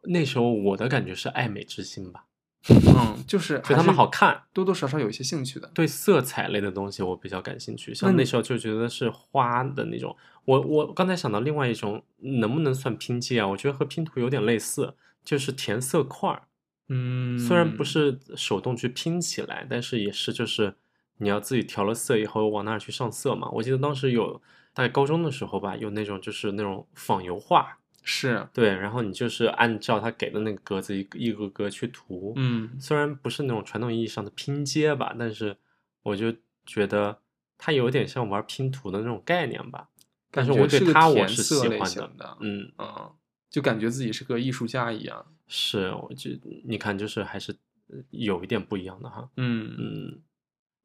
[SPEAKER 1] 那时候我的感觉是爱美之心吧，
[SPEAKER 2] 嗯，就是
[SPEAKER 1] 就
[SPEAKER 2] 还
[SPEAKER 1] 他们
[SPEAKER 2] 是
[SPEAKER 1] 好看，嗯
[SPEAKER 2] 多多少少有一些兴趣的。
[SPEAKER 1] 对色彩类的东西我比较感兴趣，像
[SPEAKER 2] 那
[SPEAKER 1] 那
[SPEAKER 2] 你
[SPEAKER 1] 时候就觉得是花的那种。我我刚才想到另外一种，能不能算拼接啊？我觉得和拼图有点类似，就是填色块儿。
[SPEAKER 2] 嗯，
[SPEAKER 1] 虽然不是手动去拼起来，但是也是就是你要自己调了色以后往哪儿去上色嘛。我记得当时有大概高中的时候吧，有那种就是那种仿油画，
[SPEAKER 2] 是，
[SPEAKER 1] 对，然后你就是按照他给的那个格子一个一个格去涂，
[SPEAKER 2] 嗯
[SPEAKER 1] 虽然不是那种传统意义上的拼接吧，但是我就觉得它有点像玩拼图的那种概念吧。但
[SPEAKER 2] 感
[SPEAKER 1] 是
[SPEAKER 2] 觉
[SPEAKER 1] 我对
[SPEAKER 2] 是个
[SPEAKER 1] 它我
[SPEAKER 2] 填
[SPEAKER 1] 是
[SPEAKER 2] 色
[SPEAKER 1] 喜
[SPEAKER 2] 类
[SPEAKER 1] 欢
[SPEAKER 2] 型
[SPEAKER 1] 的
[SPEAKER 2] 的，
[SPEAKER 1] 嗯，
[SPEAKER 2] 嗯，就感觉自己是个艺术家一样。
[SPEAKER 1] 是，我就你看，就是还是呃有一点不一样的哈。
[SPEAKER 2] 嗯
[SPEAKER 1] 嗯，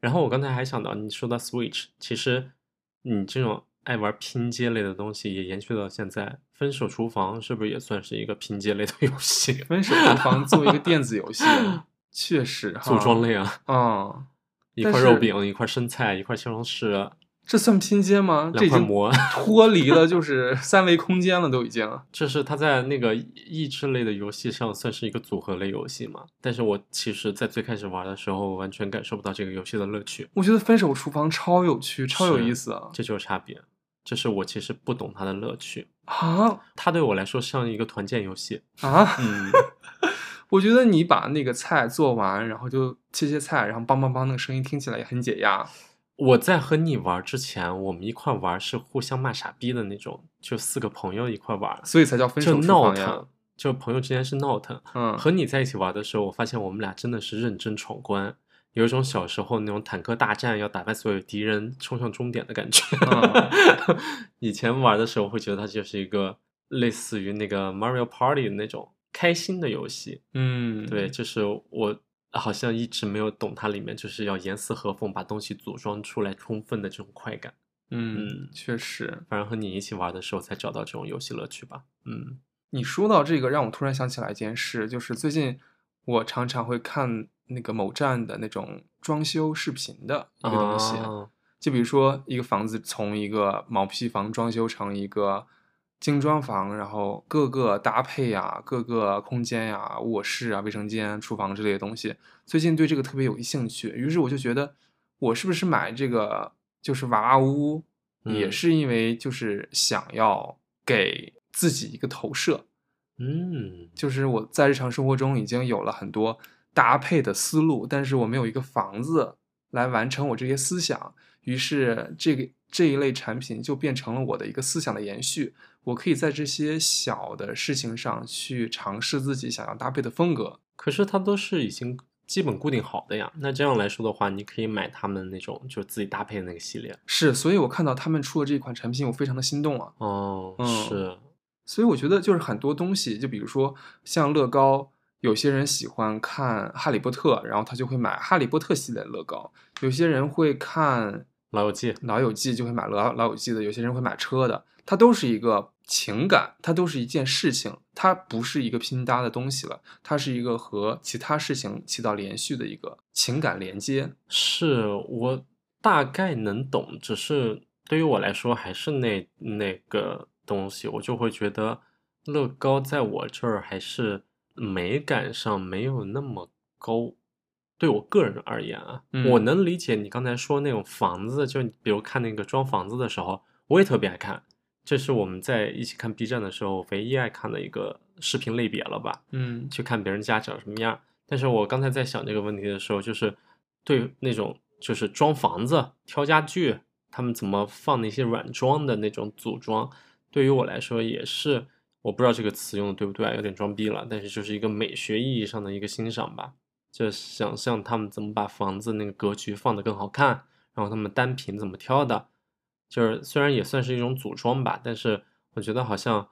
[SPEAKER 1] 然后我刚才还想到，你说到 Switch，其实你这种爱玩拼接类的东西也延续到现在，《分手厨房》是不是也算是一个拼接类的游戏？
[SPEAKER 2] 分手厨房做一个电子游戏，确实哈
[SPEAKER 1] 组装类啊，
[SPEAKER 2] 啊，
[SPEAKER 1] 一
[SPEAKER 2] 但
[SPEAKER 1] 块肉
[SPEAKER 2] 是
[SPEAKER 1] 饼，一块生菜，一块西啊红柿，
[SPEAKER 2] 这算拼接吗？这
[SPEAKER 1] 两
[SPEAKER 2] 已
[SPEAKER 1] 块
[SPEAKER 2] 经
[SPEAKER 1] 馍。
[SPEAKER 2] 脱离了就是三维空间了，都已经。
[SPEAKER 1] 这是它在那个益智类的游戏上算是一个组合类游戏嘛？但是我其实，在最开始玩的时候，完全感受不到这个游戏的乐趣，
[SPEAKER 2] 我觉得分手厨房超有趣，超有
[SPEAKER 1] 是
[SPEAKER 2] 意思啊！
[SPEAKER 1] 这就是差别。这是我其实不懂它的乐趣，
[SPEAKER 2] 啊
[SPEAKER 1] 它对我来说像一个团建游 戏。
[SPEAKER 2] 啊！
[SPEAKER 1] 嗯，
[SPEAKER 2] 我觉得你把那个菜做完，然后就切切菜，然后梆梆梆那个声音听起来也很解压。
[SPEAKER 1] 我在和你玩之前，我们一块玩是互相骂傻逼的那种，就四个朋友一块玩，
[SPEAKER 2] 所以才叫分手
[SPEAKER 1] 就
[SPEAKER 2] 厨
[SPEAKER 1] 闹
[SPEAKER 2] 房呀
[SPEAKER 1] 腾。，就朋友之间是闹腾。
[SPEAKER 2] 嗯，
[SPEAKER 1] 和你在一起玩的时候，我发现我们俩真的是认真闯关，有一种小时候那种坦克大战要打败所有敌人，冲向终点的感觉。
[SPEAKER 2] 嗯
[SPEAKER 1] 以前玩的时候会觉得它就是一个类似于那个 Mario Party 的那种开心的游戏，
[SPEAKER 2] 嗯，
[SPEAKER 1] 对，，就是我好像一直没有懂它里面就是要严丝合缝把东西组装出来充分的这种快感。
[SPEAKER 2] 嗯
[SPEAKER 1] 嗯，
[SPEAKER 2] 确实。
[SPEAKER 1] 反正和你一起玩的时候才找到这种游戏乐趣吧。嗯，
[SPEAKER 2] 你说到这个，让我突然想起来一件事，就是最近我常常会看那个某站的那种装修视频的一个东西，
[SPEAKER 1] 啊
[SPEAKER 2] 就比如说一个房子从一个毛坯房装修成一个精装房，然后各个搭配呀、各个空间呀、卧室啊、卫生间、厨房之类的东西，最近对这个特别有兴趣，于是我就觉得我是不是买这个就是娃娃屋，
[SPEAKER 1] 嗯
[SPEAKER 2] 也是因为就是想要给自己一个投射，
[SPEAKER 1] 嗯，
[SPEAKER 2] 就是我在日常生活中已经有了很多搭配的思路，但是我没有一个房子来完成我这些思想，于是这个这一类产品就变成了我的一个思想的延续。我可以在这些小的事情上去尝试自己想要搭配的风格。
[SPEAKER 1] 可是它都是已经基本固定好的呀。那这样来说的话，你可以买他们那种就自己搭配的那个系列。
[SPEAKER 2] 是，所以我看到他们出了这款产品，我非常的心动啊。
[SPEAKER 1] 哦，
[SPEAKER 2] 嗯
[SPEAKER 1] 是，
[SPEAKER 2] 所以我觉得就是很多东西，就比如说像乐高，有些人喜欢看《哈利波特》，然后他就会买《哈利波特》系列的乐高；有些人会看
[SPEAKER 1] 老友记
[SPEAKER 2] 《老友记》，就会买老老友记的；有些人会买车的。它都是一个情感，它都是一件事情，它不是一个拼搭的东西了，它是一个和其他事情起到连续的一个情感连接。
[SPEAKER 1] 是我大概能懂，只是对于我来说还是那那个东西，我就会觉得乐高在我这儿还是美感上没有那么高。对我个人而言啊，
[SPEAKER 2] 嗯
[SPEAKER 1] 我能理解你刚才说那种房子，就比如看那个装房子的时候，我也特别爱看。这是我们在一起看 B 站的时候唯一爱看的一个视频类别了吧？
[SPEAKER 2] 嗯
[SPEAKER 1] 去看别人家长什么样。但是我刚才在想这个问题的时候，就是对那种就是装房子、挑家具，他们怎么放那些软装的那种组装，对于我来说也是，我不知道这个词用的对不对啊，有点装逼了，但是就是一个美学意义上的一个欣赏吧，就想象他们怎么把房子那个格局放得更好看，然后他们单品怎么挑的，就是虽然也算是一种组装吧，但是我觉得好像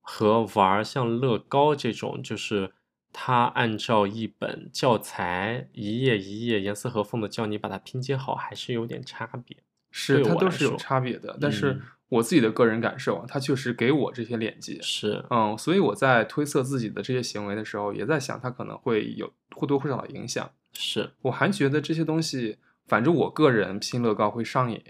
[SPEAKER 1] 和玩儿像乐高这种，就是它按照一本教材一页一页严丝合缝的教你把它拼接好，还是有点差别。
[SPEAKER 2] 是，
[SPEAKER 1] 对
[SPEAKER 2] 它
[SPEAKER 1] 我
[SPEAKER 2] 都
[SPEAKER 1] 来
[SPEAKER 2] 是有
[SPEAKER 1] 说
[SPEAKER 2] 差别的。但是
[SPEAKER 1] 嗯
[SPEAKER 2] 我自己的个人感受啊，它确实给我这些连接。
[SPEAKER 1] 是，
[SPEAKER 2] 嗯，所以我在推测自己的这些行为的时候，也在想它可能会有或多或少的影响。
[SPEAKER 1] 是，
[SPEAKER 2] 我还觉得这些东西，反正我个人拼乐高会上瘾。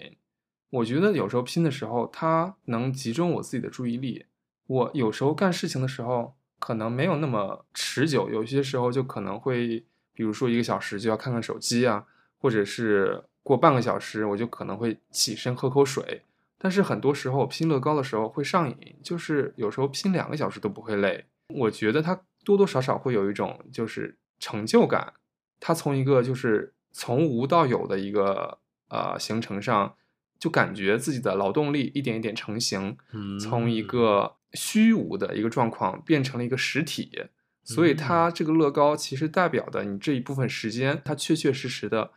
[SPEAKER 2] 我觉得有时候拼的时候，它能集中我自己的注意力。我有时候干事情的时候，可能没有那么持久，有些时候就可能会，比如说一个小时就要看看手机啊，或者是过半个小时，我就可能会起身喝口水。但是很多时候我拼乐高的时候会上瘾，就是有时候拼两个小时都不会累。我觉得它多多少少会有一种就是成就感，它从一个就是从无到有的一个呃行程上，就感觉自己的劳动力一点一点成型，
[SPEAKER 1] 嗯，
[SPEAKER 2] 从一个虚无的一个状况变成了一个实体。所以
[SPEAKER 1] 嗯
[SPEAKER 2] 它这个乐高其实代表的你这一部分时间，它确确实实的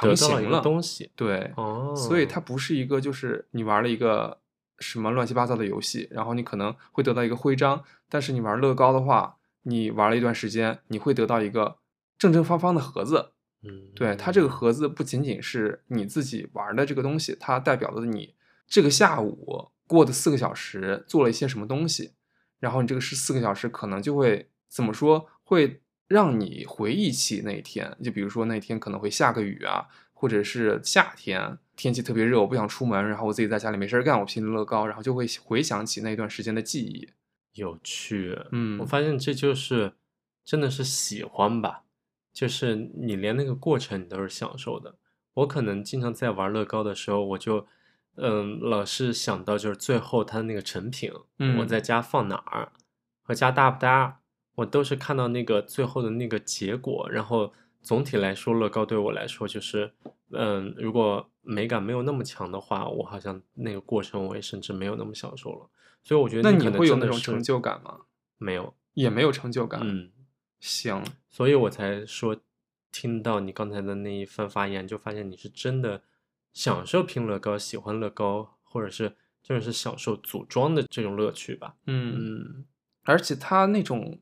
[SPEAKER 1] 得
[SPEAKER 2] 成
[SPEAKER 1] 到了一
[SPEAKER 2] 型
[SPEAKER 1] 个
[SPEAKER 2] 了。
[SPEAKER 1] 东西。
[SPEAKER 2] 对，
[SPEAKER 1] 哦，
[SPEAKER 2] 所以它不是一个就是你玩了一个什么乱七八糟的游戏，然后你可能会得到一个徽章，但是你玩乐高的话，你玩了一段时间，你会得到一个正正方方的盒子。
[SPEAKER 1] 嗯，
[SPEAKER 2] 对它这个盒子不仅仅是你自己玩的这个东西，它代表的你这个下午过的四个小时做了一些什么东西，然后你这个是四个小时可能就会怎么说，会让你回忆起那一天。就比如说那天可能会下个雨啊，或者是夏天天气特别热，我不想出门，然后我自己在家里没事儿干，我拼乐高，然后就会回想起那段时间的记忆。
[SPEAKER 1] 有趣。
[SPEAKER 2] 嗯
[SPEAKER 1] 我发现这就是真的是喜欢吧，就是你连那个过程你都是享受的。我可能经常在玩乐高的时候，我就嗯老是想到就是最后它的那个成品，我
[SPEAKER 2] 嗯
[SPEAKER 1] 在家放哪儿，和家搭不搭，我都是看到那个最后的那个结果。然后总体来说，乐高对我来说就是。嗯，如果美感没有那么强的话，我好像那个过程我也甚至没有那么享受了。所以我觉得
[SPEAKER 2] 那
[SPEAKER 1] 可
[SPEAKER 2] 你
[SPEAKER 1] 能
[SPEAKER 2] 会有
[SPEAKER 1] 真
[SPEAKER 2] 那
[SPEAKER 1] 的
[SPEAKER 2] 种
[SPEAKER 1] 是
[SPEAKER 2] 成就感吗？
[SPEAKER 1] 没有，
[SPEAKER 2] 也没有成就感。，
[SPEAKER 1] 嗯，
[SPEAKER 2] 行，
[SPEAKER 1] 所以我才说，听到你刚才的那一番发言，就发现你是真的享受拼乐高，喜欢乐高，或者是真的是享受组装的这种乐趣吧。
[SPEAKER 2] 嗯
[SPEAKER 1] 嗯，
[SPEAKER 2] 而且它那种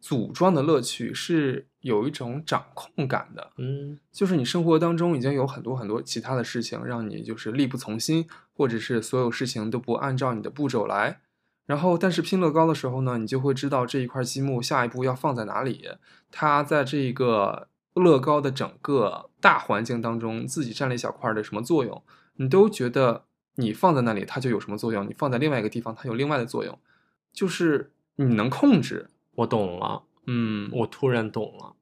[SPEAKER 2] 组装的乐趣是有一种掌控感的，
[SPEAKER 1] 嗯，
[SPEAKER 2] 就是你生活当中已经有很多很多其他的事情让你就是力不从心，或者是所有事情都不按照你的步骤来。然后，但是拼乐高的时候呢，你就会知道这一块积木下一步要放在哪里，它在这个乐高的整个大环境当中自己占了一小块的什么作用，你都觉得你放在那里它就有什么作用，你放在另外一个地方它有另外的作用，就是你能控制。
[SPEAKER 1] 我懂了，
[SPEAKER 2] 嗯
[SPEAKER 1] 我突然懂了，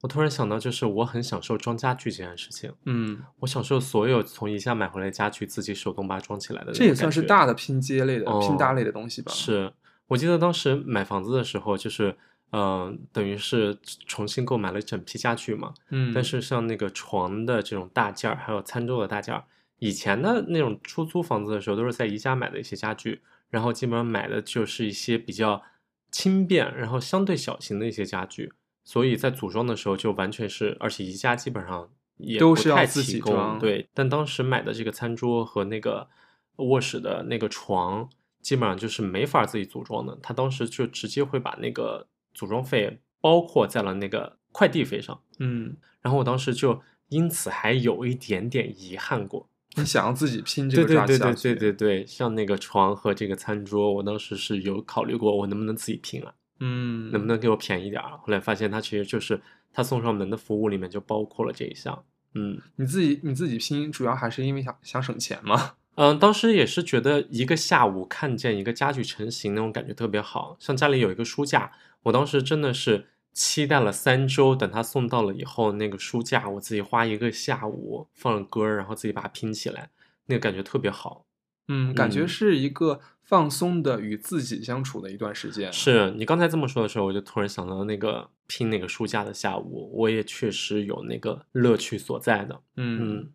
[SPEAKER 1] 我突然想到，就是我很享受装家具这件事情，
[SPEAKER 2] 嗯，
[SPEAKER 1] 我享受所有从宜家买回来家具自己手动把它装起来的那种
[SPEAKER 2] 这也算是
[SPEAKER 1] 感觉
[SPEAKER 2] 大的拼接类的、
[SPEAKER 1] 哦
[SPEAKER 2] 拼搭类的东西吧。
[SPEAKER 1] 是我记得当时买房子的时候，就是嗯、呃等于是重新购买了一整批家具嘛。
[SPEAKER 2] 嗯，
[SPEAKER 1] 但是像那个床的这种大件儿，还有餐桌的大件儿，以前的那种出租房子的时候，都是在宜家买的一些家具，然后基本上买的就是一些比较轻便，然后相对小型的一些家具，所以在组装的时候就完全是，而且宜家基本上也
[SPEAKER 2] 都
[SPEAKER 1] 不
[SPEAKER 2] 是要
[SPEAKER 1] 太
[SPEAKER 2] 自己
[SPEAKER 1] 提供
[SPEAKER 2] 装
[SPEAKER 1] 对。但当时买的这个餐桌和那个卧室的那个床，基本上就是没法自己组装的，他当时就直接会把那个组装费包括在了那个快递费上。
[SPEAKER 2] 嗯，
[SPEAKER 1] 然后我当时就因此还有一点点遗憾过。
[SPEAKER 2] 你想要自己拼这
[SPEAKER 1] 对
[SPEAKER 2] 个
[SPEAKER 1] 对
[SPEAKER 2] 抓
[SPEAKER 1] 对
[SPEAKER 2] 家
[SPEAKER 1] 对
[SPEAKER 2] 具
[SPEAKER 1] 对对对，像那个床和这个餐桌，我当时是有考虑过，我能不能自己拼啊，
[SPEAKER 2] 嗯，
[SPEAKER 1] 能不能给我便宜点儿啊？后来发现它其实就是它送上门的服务里面就包括了这一项。嗯
[SPEAKER 2] 你自己你自己拼，主要还是因为想想省钱 嘛。
[SPEAKER 1] 嗯、当时也是觉得一个下午看见一个家具成型那种感觉特别好，像家里有一个书架，我当时真的是期待了三周，等它送到了以后，那个书架我自己花一个下午放歌儿，然后自己把它拼起来，那个感觉特别好。
[SPEAKER 2] 嗯，感觉
[SPEAKER 1] 嗯
[SPEAKER 2] 是一个放松的与自己相处的一段时间。，
[SPEAKER 1] 是你刚才这么说的时候，我就突然想到那个拼那个书架的下午，我也确实有那个乐趣所在的。
[SPEAKER 2] 嗯，
[SPEAKER 1] 嗯，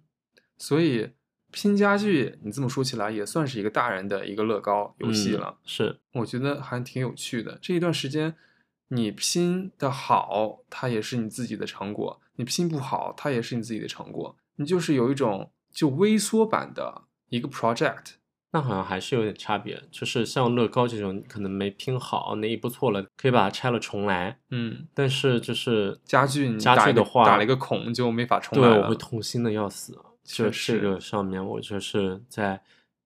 [SPEAKER 2] 所以拼家具，你这么说起来也算是一个大人的一个乐高游戏
[SPEAKER 1] 嗯
[SPEAKER 2] 了。
[SPEAKER 1] 是
[SPEAKER 2] 我觉得还挺有趣的。这一段时间，你拼的好，它也是你自己的成果；你拼不好，它也是你自己的成果。你就是有一种就微缩版的一个 project。
[SPEAKER 1] 那好像还是有点差别，就是像乐高这种，你可能没拼好，哪一步错了，可以把它拆了重来。
[SPEAKER 2] 嗯，
[SPEAKER 1] 但是就是
[SPEAKER 2] 家具你
[SPEAKER 1] 家
[SPEAKER 2] 打
[SPEAKER 1] 具
[SPEAKER 2] 一个
[SPEAKER 1] 的话，
[SPEAKER 2] 打了一个孔就没法重来
[SPEAKER 1] 对，
[SPEAKER 2] 了
[SPEAKER 1] 我会痛心的要死。啊就
[SPEAKER 2] 确实
[SPEAKER 1] 这个上面，我就是在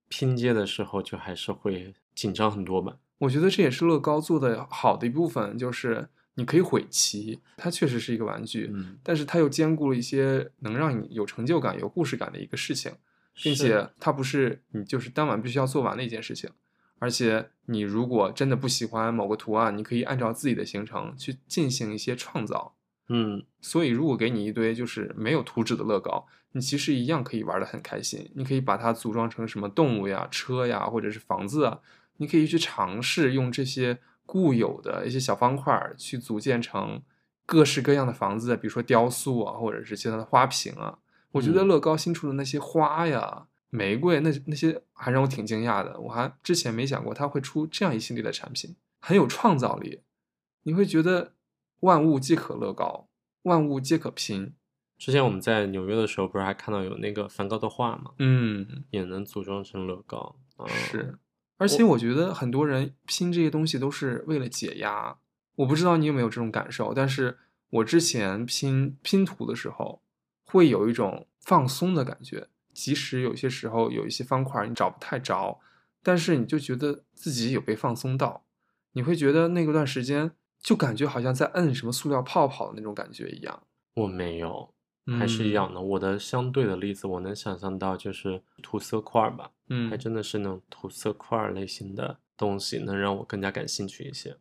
[SPEAKER 1] 拼接的时候，就还是会紧张很多吧。
[SPEAKER 2] 我觉得这也是乐高做的好的一部分，就是你可以毁棋，它确实是一个玩具，
[SPEAKER 1] 嗯，
[SPEAKER 2] 但是它又兼顾了一些能让你有成就感、有故事感的一个事情。并
[SPEAKER 1] 是
[SPEAKER 2] 且它不是你就是当晚必须要做完的一件事情，而且你如果真的不喜欢某个图案，你可以按照自己的行程去进行一些创造。
[SPEAKER 1] 嗯，
[SPEAKER 2] 所以，如果给你一堆就是没有图纸的乐高，你其实一样可以玩得很开心。你可以把它组装成什么动物呀、车呀，或者是房子啊，你可以去尝试用这些固有的一些小方块儿去组建成各式各样的房子，比如说雕塑啊，或者是其他的花瓶啊。我觉得
[SPEAKER 1] 嗯
[SPEAKER 2] 乐高新出的那些花呀、玫瑰那那些还让我挺惊讶的，我还之前没想过它会出这样一系列的产品，很有创造力。你会觉得万物皆可乐高，万物皆可拼。
[SPEAKER 1] 之前我们在纽约的时候，不是还看到有那个梵高的画嘛，
[SPEAKER 2] 嗯，
[SPEAKER 1] 也能组装成乐高。嗯、
[SPEAKER 2] 是。而且我觉得很多人拼这些东西都是为了解压。我不知道你有没有这种感受，但是我之前拼拼图的时候，会有一种放松的感觉。即使有些时候有一些方块你找不太着，但是你就觉得自己有被放松到，你会觉得那个段时间就感觉好像在摁什么塑料泡泡的那种感觉一样。
[SPEAKER 1] 我没有，嗯还
[SPEAKER 2] 嗯
[SPEAKER 1] 是一样的。我的相对的例子，我能想象到就是涂色块儿吧，
[SPEAKER 2] 嗯，嗯，
[SPEAKER 1] 还真的是那种涂色块儿类型的东西，能让我更加感兴趣一些。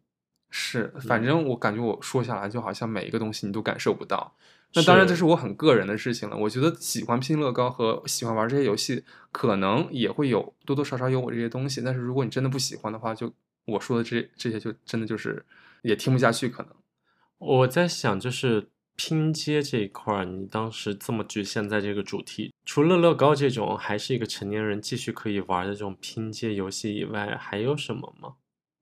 [SPEAKER 2] 是，反
[SPEAKER 1] 嗯
[SPEAKER 2] 正我感觉我说下来，就好像每一个东西你都感受不到。那当然，这
[SPEAKER 1] 是
[SPEAKER 2] 是我很个人的事情了。我觉得喜欢拼乐高和喜欢玩这些游戏，可能也会有多多少少有我这些东西。但是如果你真的不喜欢的话，就我说的这这些，就真的就是也听不下去，可能。
[SPEAKER 1] 我在想，就是拼接这一块儿，你当时这么局限在这个主题，除了乐高这种还是一个成年人继续可以玩的这种拼接游戏以外，还有什么吗？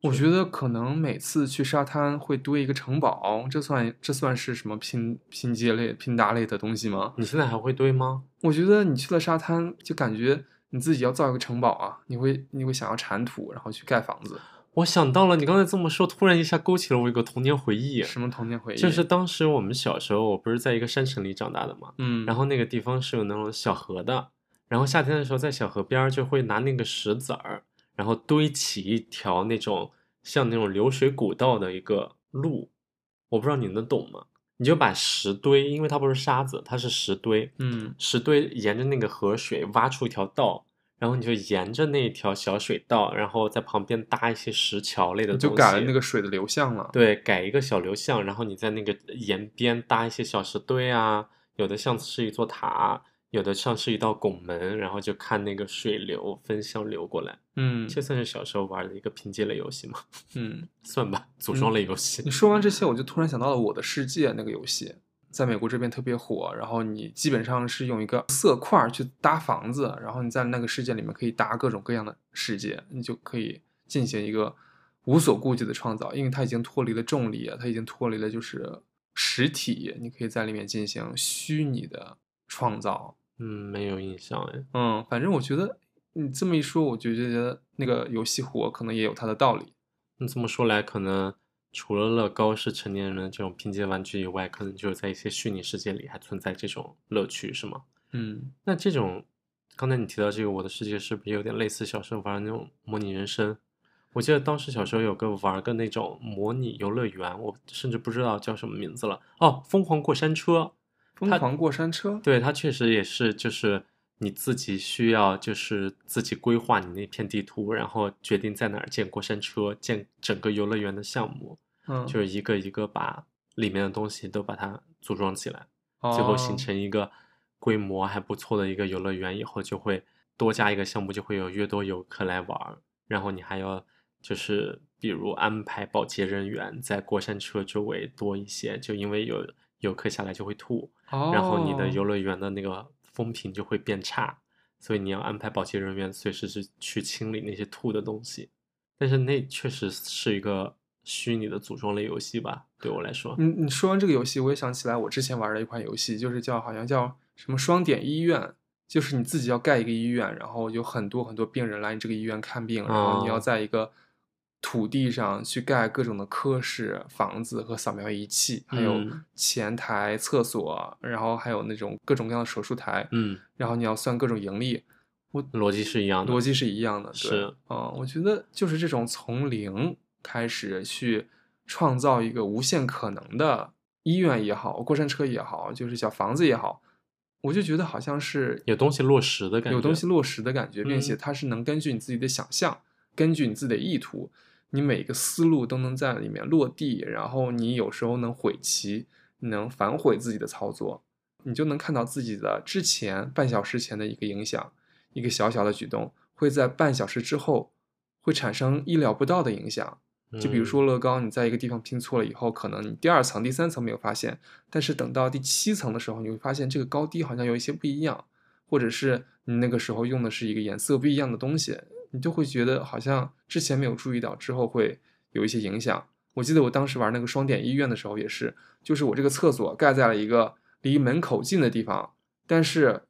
[SPEAKER 2] 我
[SPEAKER 1] 是
[SPEAKER 2] 觉得可能每次去沙滩会堆一个城堡，这算这算是什么拼拼接类、拼搭类的东西吗？
[SPEAKER 1] 你现在还会堆吗？
[SPEAKER 2] 我觉得你去了沙滩，就感觉你自己要造一个城堡啊，你会你会想要铲土，然后去盖房子。
[SPEAKER 1] 我想到了，你刚才这么说，突然一下勾起了我一个童年回忆。
[SPEAKER 2] 什么童年回忆？
[SPEAKER 1] 就是当时我们小时候，我不是在一个山城里长大的嘛，
[SPEAKER 2] 嗯，
[SPEAKER 1] 然后那个地方是有那种小河的，然后夏天的时候在小河边儿就会拿那个石子儿，然后堆起一条那种像那种流水古道的一个路，我不知道你能懂吗？你就把石堆，因为它不是沙子，它是石堆，
[SPEAKER 2] 嗯
[SPEAKER 1] 石堆沿着那个河水挖出一条道，然后你就沿着那条小水道，然后在旁边搭一些石桥类的东西，
[SPEAKER 2] 就改了那个水的流向了。
[SPEAKER 1] 对，改一个小流向，然后你在那个沿边搭一些小石堆啊，有的像是一座塔，有的像是一道拱门，然后就看那个水流分向流过来。
[SPEAKER 2] 嗯
[SPEAKER 1] 这算是小时候玩的一个拼接类游戏吗？
[SPEAKER 2] 嗯，
[SPEAKER 1] 算吧，组装类游戏。
[SPEAKER 2] 你说完这些，我就突然想到了《我的世界》那个游戏，在美国这边特别火。然后你基本上是用一个色块儿去搭房子，然后你在那个世界里面可以搭各种各样的世界，你就可以进行一个无所顾忌的创造，因为它已经脱离了重力，啊它已经脱离了就是实体，你可以在里面进行虚拟的创造。
[SPEAKER 1] 嗯，没有印象哎。
[SPEAKER 2] 嗯，反正我觉得你这么一说，我就觉得那个游戏火可能也有它的道理。
[SPEAKER 1] 那这么说来，可能除了乐高是成年人的这种拼接玩具以外，可能只有在一些虚拟世界里还存在这种乐趣，是吗？
[SPEAKER 2] 嗯，
[SPEAKER 1] 那这种，刚才你提到这个《我的世界》，是不是有点类似小时候玩的那种模拟人生？我记得当时小时候有个玩个那种模拟游乐园，我甚至不知道叫什么名字了。哦，疯狂过山车，
[SPEAKER 2] 疯狂过山车。
[SPEAKER 1] 对，它确实也是，就是你自己需要，就是自己规划你那片地图，然后决定在哪儿建过山车，建整个游乐园的项目，
[SPEAKER 2] 嗯，
[SPEAKER 1] 就是一个一个把里面的东西都把它组装起来，最后形
[SPEAKER 2] 哦
[SPEAKER 1] 成一个规模还不错的一个游乐园。以后就会多加一个项目，就会有越多游客来玩儿，然后你还要就是比如安排保洁人员在过山车周围多一些，就因为有游客下来就会吐。然后你的
[SPEAKER 2] 哦
[SPEAKER 1] 游乐园的那个风评就会变差，所以你要安排保洁人员随时去去清理那些吐的东西。但是那确实是一个虚拟的组装类游戏吧，对我来说，
[SPEAKER 2] 你你说完这个游戏，我也想起来我之前玩的一款游戏，就是叫好像叫什么双点医院，就是你自己要盖一个医院，然后有很多很多病人来你这个医院看病，然后你要
[SPEAKER 1] 哦
[SPEAKER 2] 在一个土地上去盖各种的科室、房子和扫描仪器，还有
[SPEAKER 1] 嗯
[SPEAKER 2] 前台、厕所，然后还有那种各种各样的手术台，
[SPEAKER 1] 嗯，
[SPEAKER 2] 然后你要算各种盈利，
[SPEAKER 1] 逻辑是一样的。
[SPEAKER 2] 逻辑是一样的，对
[SPEAKER 1] 是
[SPEAKER 2] 啊、我觉得就是这种从零开始去创造一个无限可能的医院也好，过山车也好，就是小房子也好，我就觉得好像是
[SPEAKER 1] 有东西落实的感觉，
[SPEAKER 2] 有东西落实的感觉，并且
[SPEAKER 1] 嗯
[SPEAKER 2] 它是能根据你自己的想象，根据你自己的意图，你每个思路都能在里面落地，然后你有时候能悔棋，你能反悔自己的操作，你就能看到自己的之前半小时前的一个影响，一个小小的举动会在半小时之后会产生意料不到的影响。就比如
[SPEAKER 1] 嗯
[SPEAKER 2] 说乐高，你在一个地方拼错了以后，可能你第二层、第三层没有发现，但是等到第七层的时候，你会发现这个高低好像有一些不一样，或者是你那个时候用的是一个颜色不一样的东西，你就会觉得好像之前没有注意到，之后会有一些影响。我记得我当时玩那个双点医院的时候也是，就是我这个厕所盖在了一个离门口近的地方，但是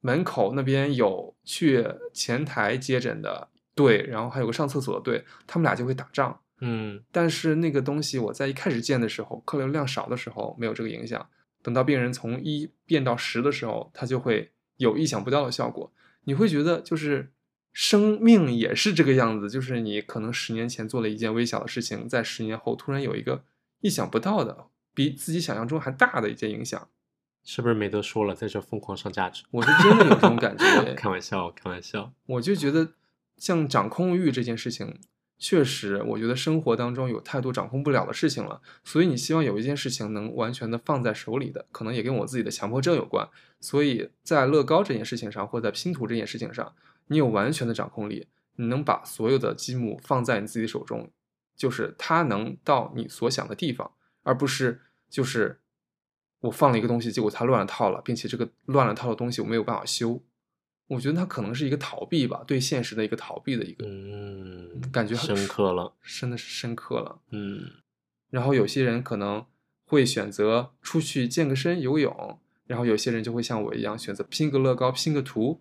[SPEAKER 2] 门口那边有去前台接诊的队，然后还有个上厕所的队，他们俩就会打仗。
[SPEAKER 1] 嗯
[SPEAKER 2] 但是那个东西我在一开始建的时候，客流量少的时候没有这个影响，等到病人从一变到十的时候，它就会有意想不到的效果。你会觉得就是生命也是这个样子，就是你可能十年前做了一件微小的事情，在十年后突然有一个意想不到的，比自己想象中还大的一件影响。
[SPEAKER 1] 是不是没得说了？在这疯狂上价值，
[SPEAKER 2] 我是真的有这种感觉，
[SPEAKER 1] 开玩笑，开玩笑，
[SPEAKER 2] 我就觉得像掌控欲这件事情，确实，我觉得生活当中有太多掌控不了的事情了，所以你希望有一件事情能完全的放在手里的，可能也跟我自己的强迫症有关。所以在乐高这件事情上，或者在拼图这件事情上，你有完全的掌控力，你能把所有的积木放在你自己手中，就是它能到你所想的地方，而不是就是我放了一个东西，结果它乱了套了，并且这个乱了套的东西我没有办法修。我觉得它可能是一个逃避吧，对现实的一个逃避的一个，
[SPEAKER 1] 嗯，
[SPEAKER 2] 感觉很
[SPEAKER 1] 深刻了，
[SPEAKER 2] 真的是深刻了。
[SPEAKER 1] 嗯
[SPEAKER 2] 然后有些人可能会选择出去健个身、游泳，然后有些人就会像我一样选择拼个乐高、拼个图。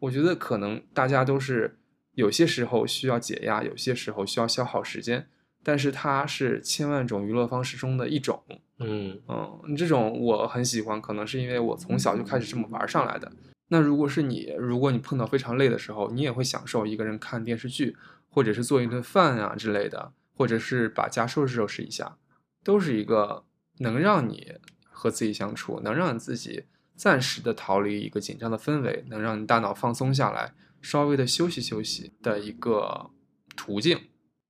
[SPEAKER 2] 我觉得可能大家都是有些时候需要解压，有些时候需要消耗时间，但是它是千万种娱乐方式中的一种。
[SPEAKER 1] 嗯
[SPEAKER 2] 嗯，这种我很喜欢，可能是因为我从小就开始这么玩儿上来的。那如果是你，如果你碰到非常累的时候，你也会享受一个人看电视剧，或者是做一顿饭啊之类的，或者是把家收拾收拾一下，都是一个能让你和自己相处，能让你自己暂时的逃离一个紧张的氛围，能让你大脑放松下来，稍微的休息休息的一个途径。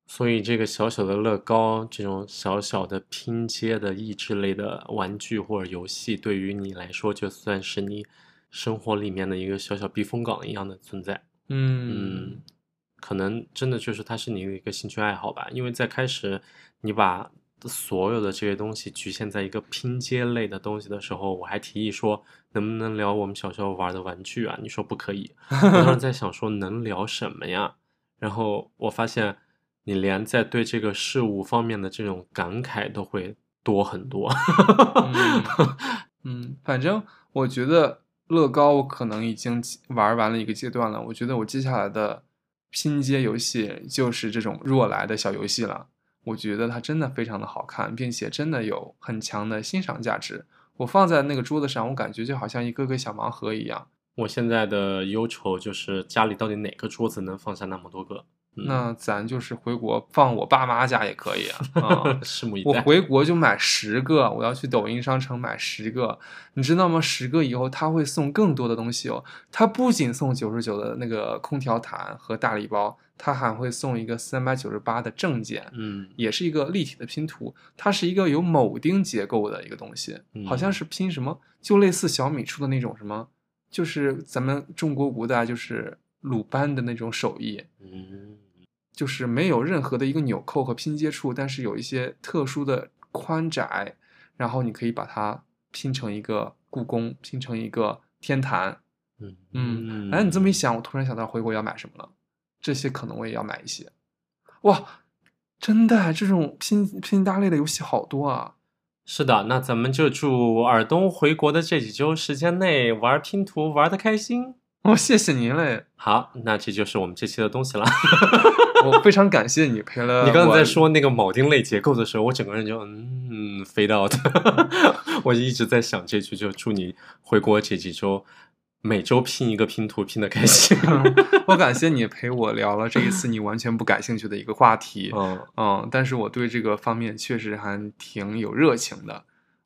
[SPEAKER 1] 所以这个小小的乐高，这种小小的拼接的益智类的玩具或者游戏，对于你来说，就算是你生活里面的一个小小避风港一样的存在。嗯，可能真的就是它是你的一个兴趣爱好吧，因为在开始你把所有的这些东西局限在一个拼接类的东西的时候，我还提议说能不能聊我们小时候玩的玩具啊？你说不可 以，我当时在想说能聊什么呀？然后我发现你连在对这个事物方面的这种感慨都会多很多。
[SPEAKER 2] 嗯，反正我觉得乐高我可能已经玩完了一个阶段了，我觉得我接下来的拼接游戏就是这种若来的小游戏了。我觉得它真的非常的好看，并且真的有很强的欣赏价值。我放在那个桌子上，我感觉就好像一个个小盲盒一样。
[SPEAKER 1] 我现在的忧愁就是家里到底哪个桌子能放下那么多个？嗯
[SPEAKER 2] 那咱就是回国放我爸妈家也可以啊。啊
[SPEAKER 1] 拭目以
[SPEAKER 2] 我
[SPEAKER 1] 待。
[SPEAKER 2] 回国就买十个，我要去抖音商城买十个，你知道吗？十个以后他会送更多的东西哦。他不仅送九十九的那个空调毯和大礼包，他还会送一个三百九十八的证件，
[SPEAKER 1] 嗯，
[SPEAKER 2] 也是一个立体的拼图，它是一个有铆钉结构的一个东西，好像
[SPEAKER 1] 嗯
[SPEAKER 2] 是拼什么，就类似小米出的那种什么，就是咱们中国古代就是鲁班的那种手艺，
[SPEAKER 1] 嗯，
[SPEAKER 2] 就是没有任何的一个纽扣和拼接处，但是有一些特殊的宽窄，然后你可以把它拼成一个故宫，拼成一个天坛。
[SPEAKER 1] 嗯
[SPEAKER 2] 嗯哎，你这么一，想，我突然想到回国要买什么了。这些可能我也要买一些。哇，真的，啊这种拼拼搭类的游戏好多啊！
[SPEAKER 1] 是的，那咱们就祝尔东回国的这几周时间内玩拼图玩的开心。
[SPEAKER 2] 哦，谢谢您嘞，
[SPEAKER 1] 好，那这就是我们这期的东西 了。
[SPEAKER 2] 我非常感谢你陪了。
[SPEAKER 1] 你刚才在，说那个铆钉类结构的时候，我整个人就嗯 飞到的，我一直在想这句，就祝你回国这几周每周拼一个拼图，拼的开心。
[SPEAKER 2] 我感谢你陪我聊了这一次你完全不感兴趣的一个话题。
[SPEAKER 1] 嗯，
[SPEAKER 2] 嗯，但是我对这个方面确实还挺有热情的。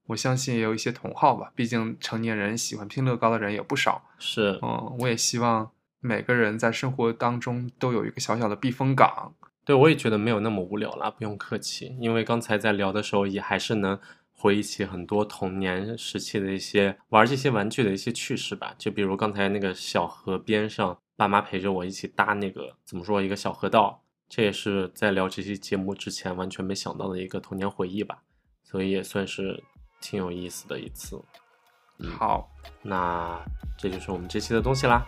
[SPEAKER 2] 我相信也有一些同好吧，毕竟成年人喜欢拼乐高的人也不少。
[SPEAKER 1] 是，
[SPEAKER 2] 嗯，我也希望每个人在生活当中都有一个小小的避风港。
[SPEAKER 1] 对，我也觉得没有那么无聊啦，不用客气。因为刚才在聊的时候，也还是能回忆起很多童年时期的一些玩这些玩具的一些趣事吧。就比如刚才那个小河边上，爸妈陪着我一起搭那个怎么说一个小河道，这也是在聊这期节目之前完全没想到的一个童年回忆吧。所以也算是挺有意思的一次。嗯
[SPEAKER 2] 好，
[SPEAKER 1] 那这就是我们这期的东西啦。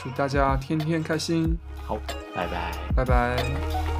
[SPEAKER 2] 祝大家天天开心，
[SPEAKER 1] 好，拜拜。
[SPEAKER 2] 拜拜。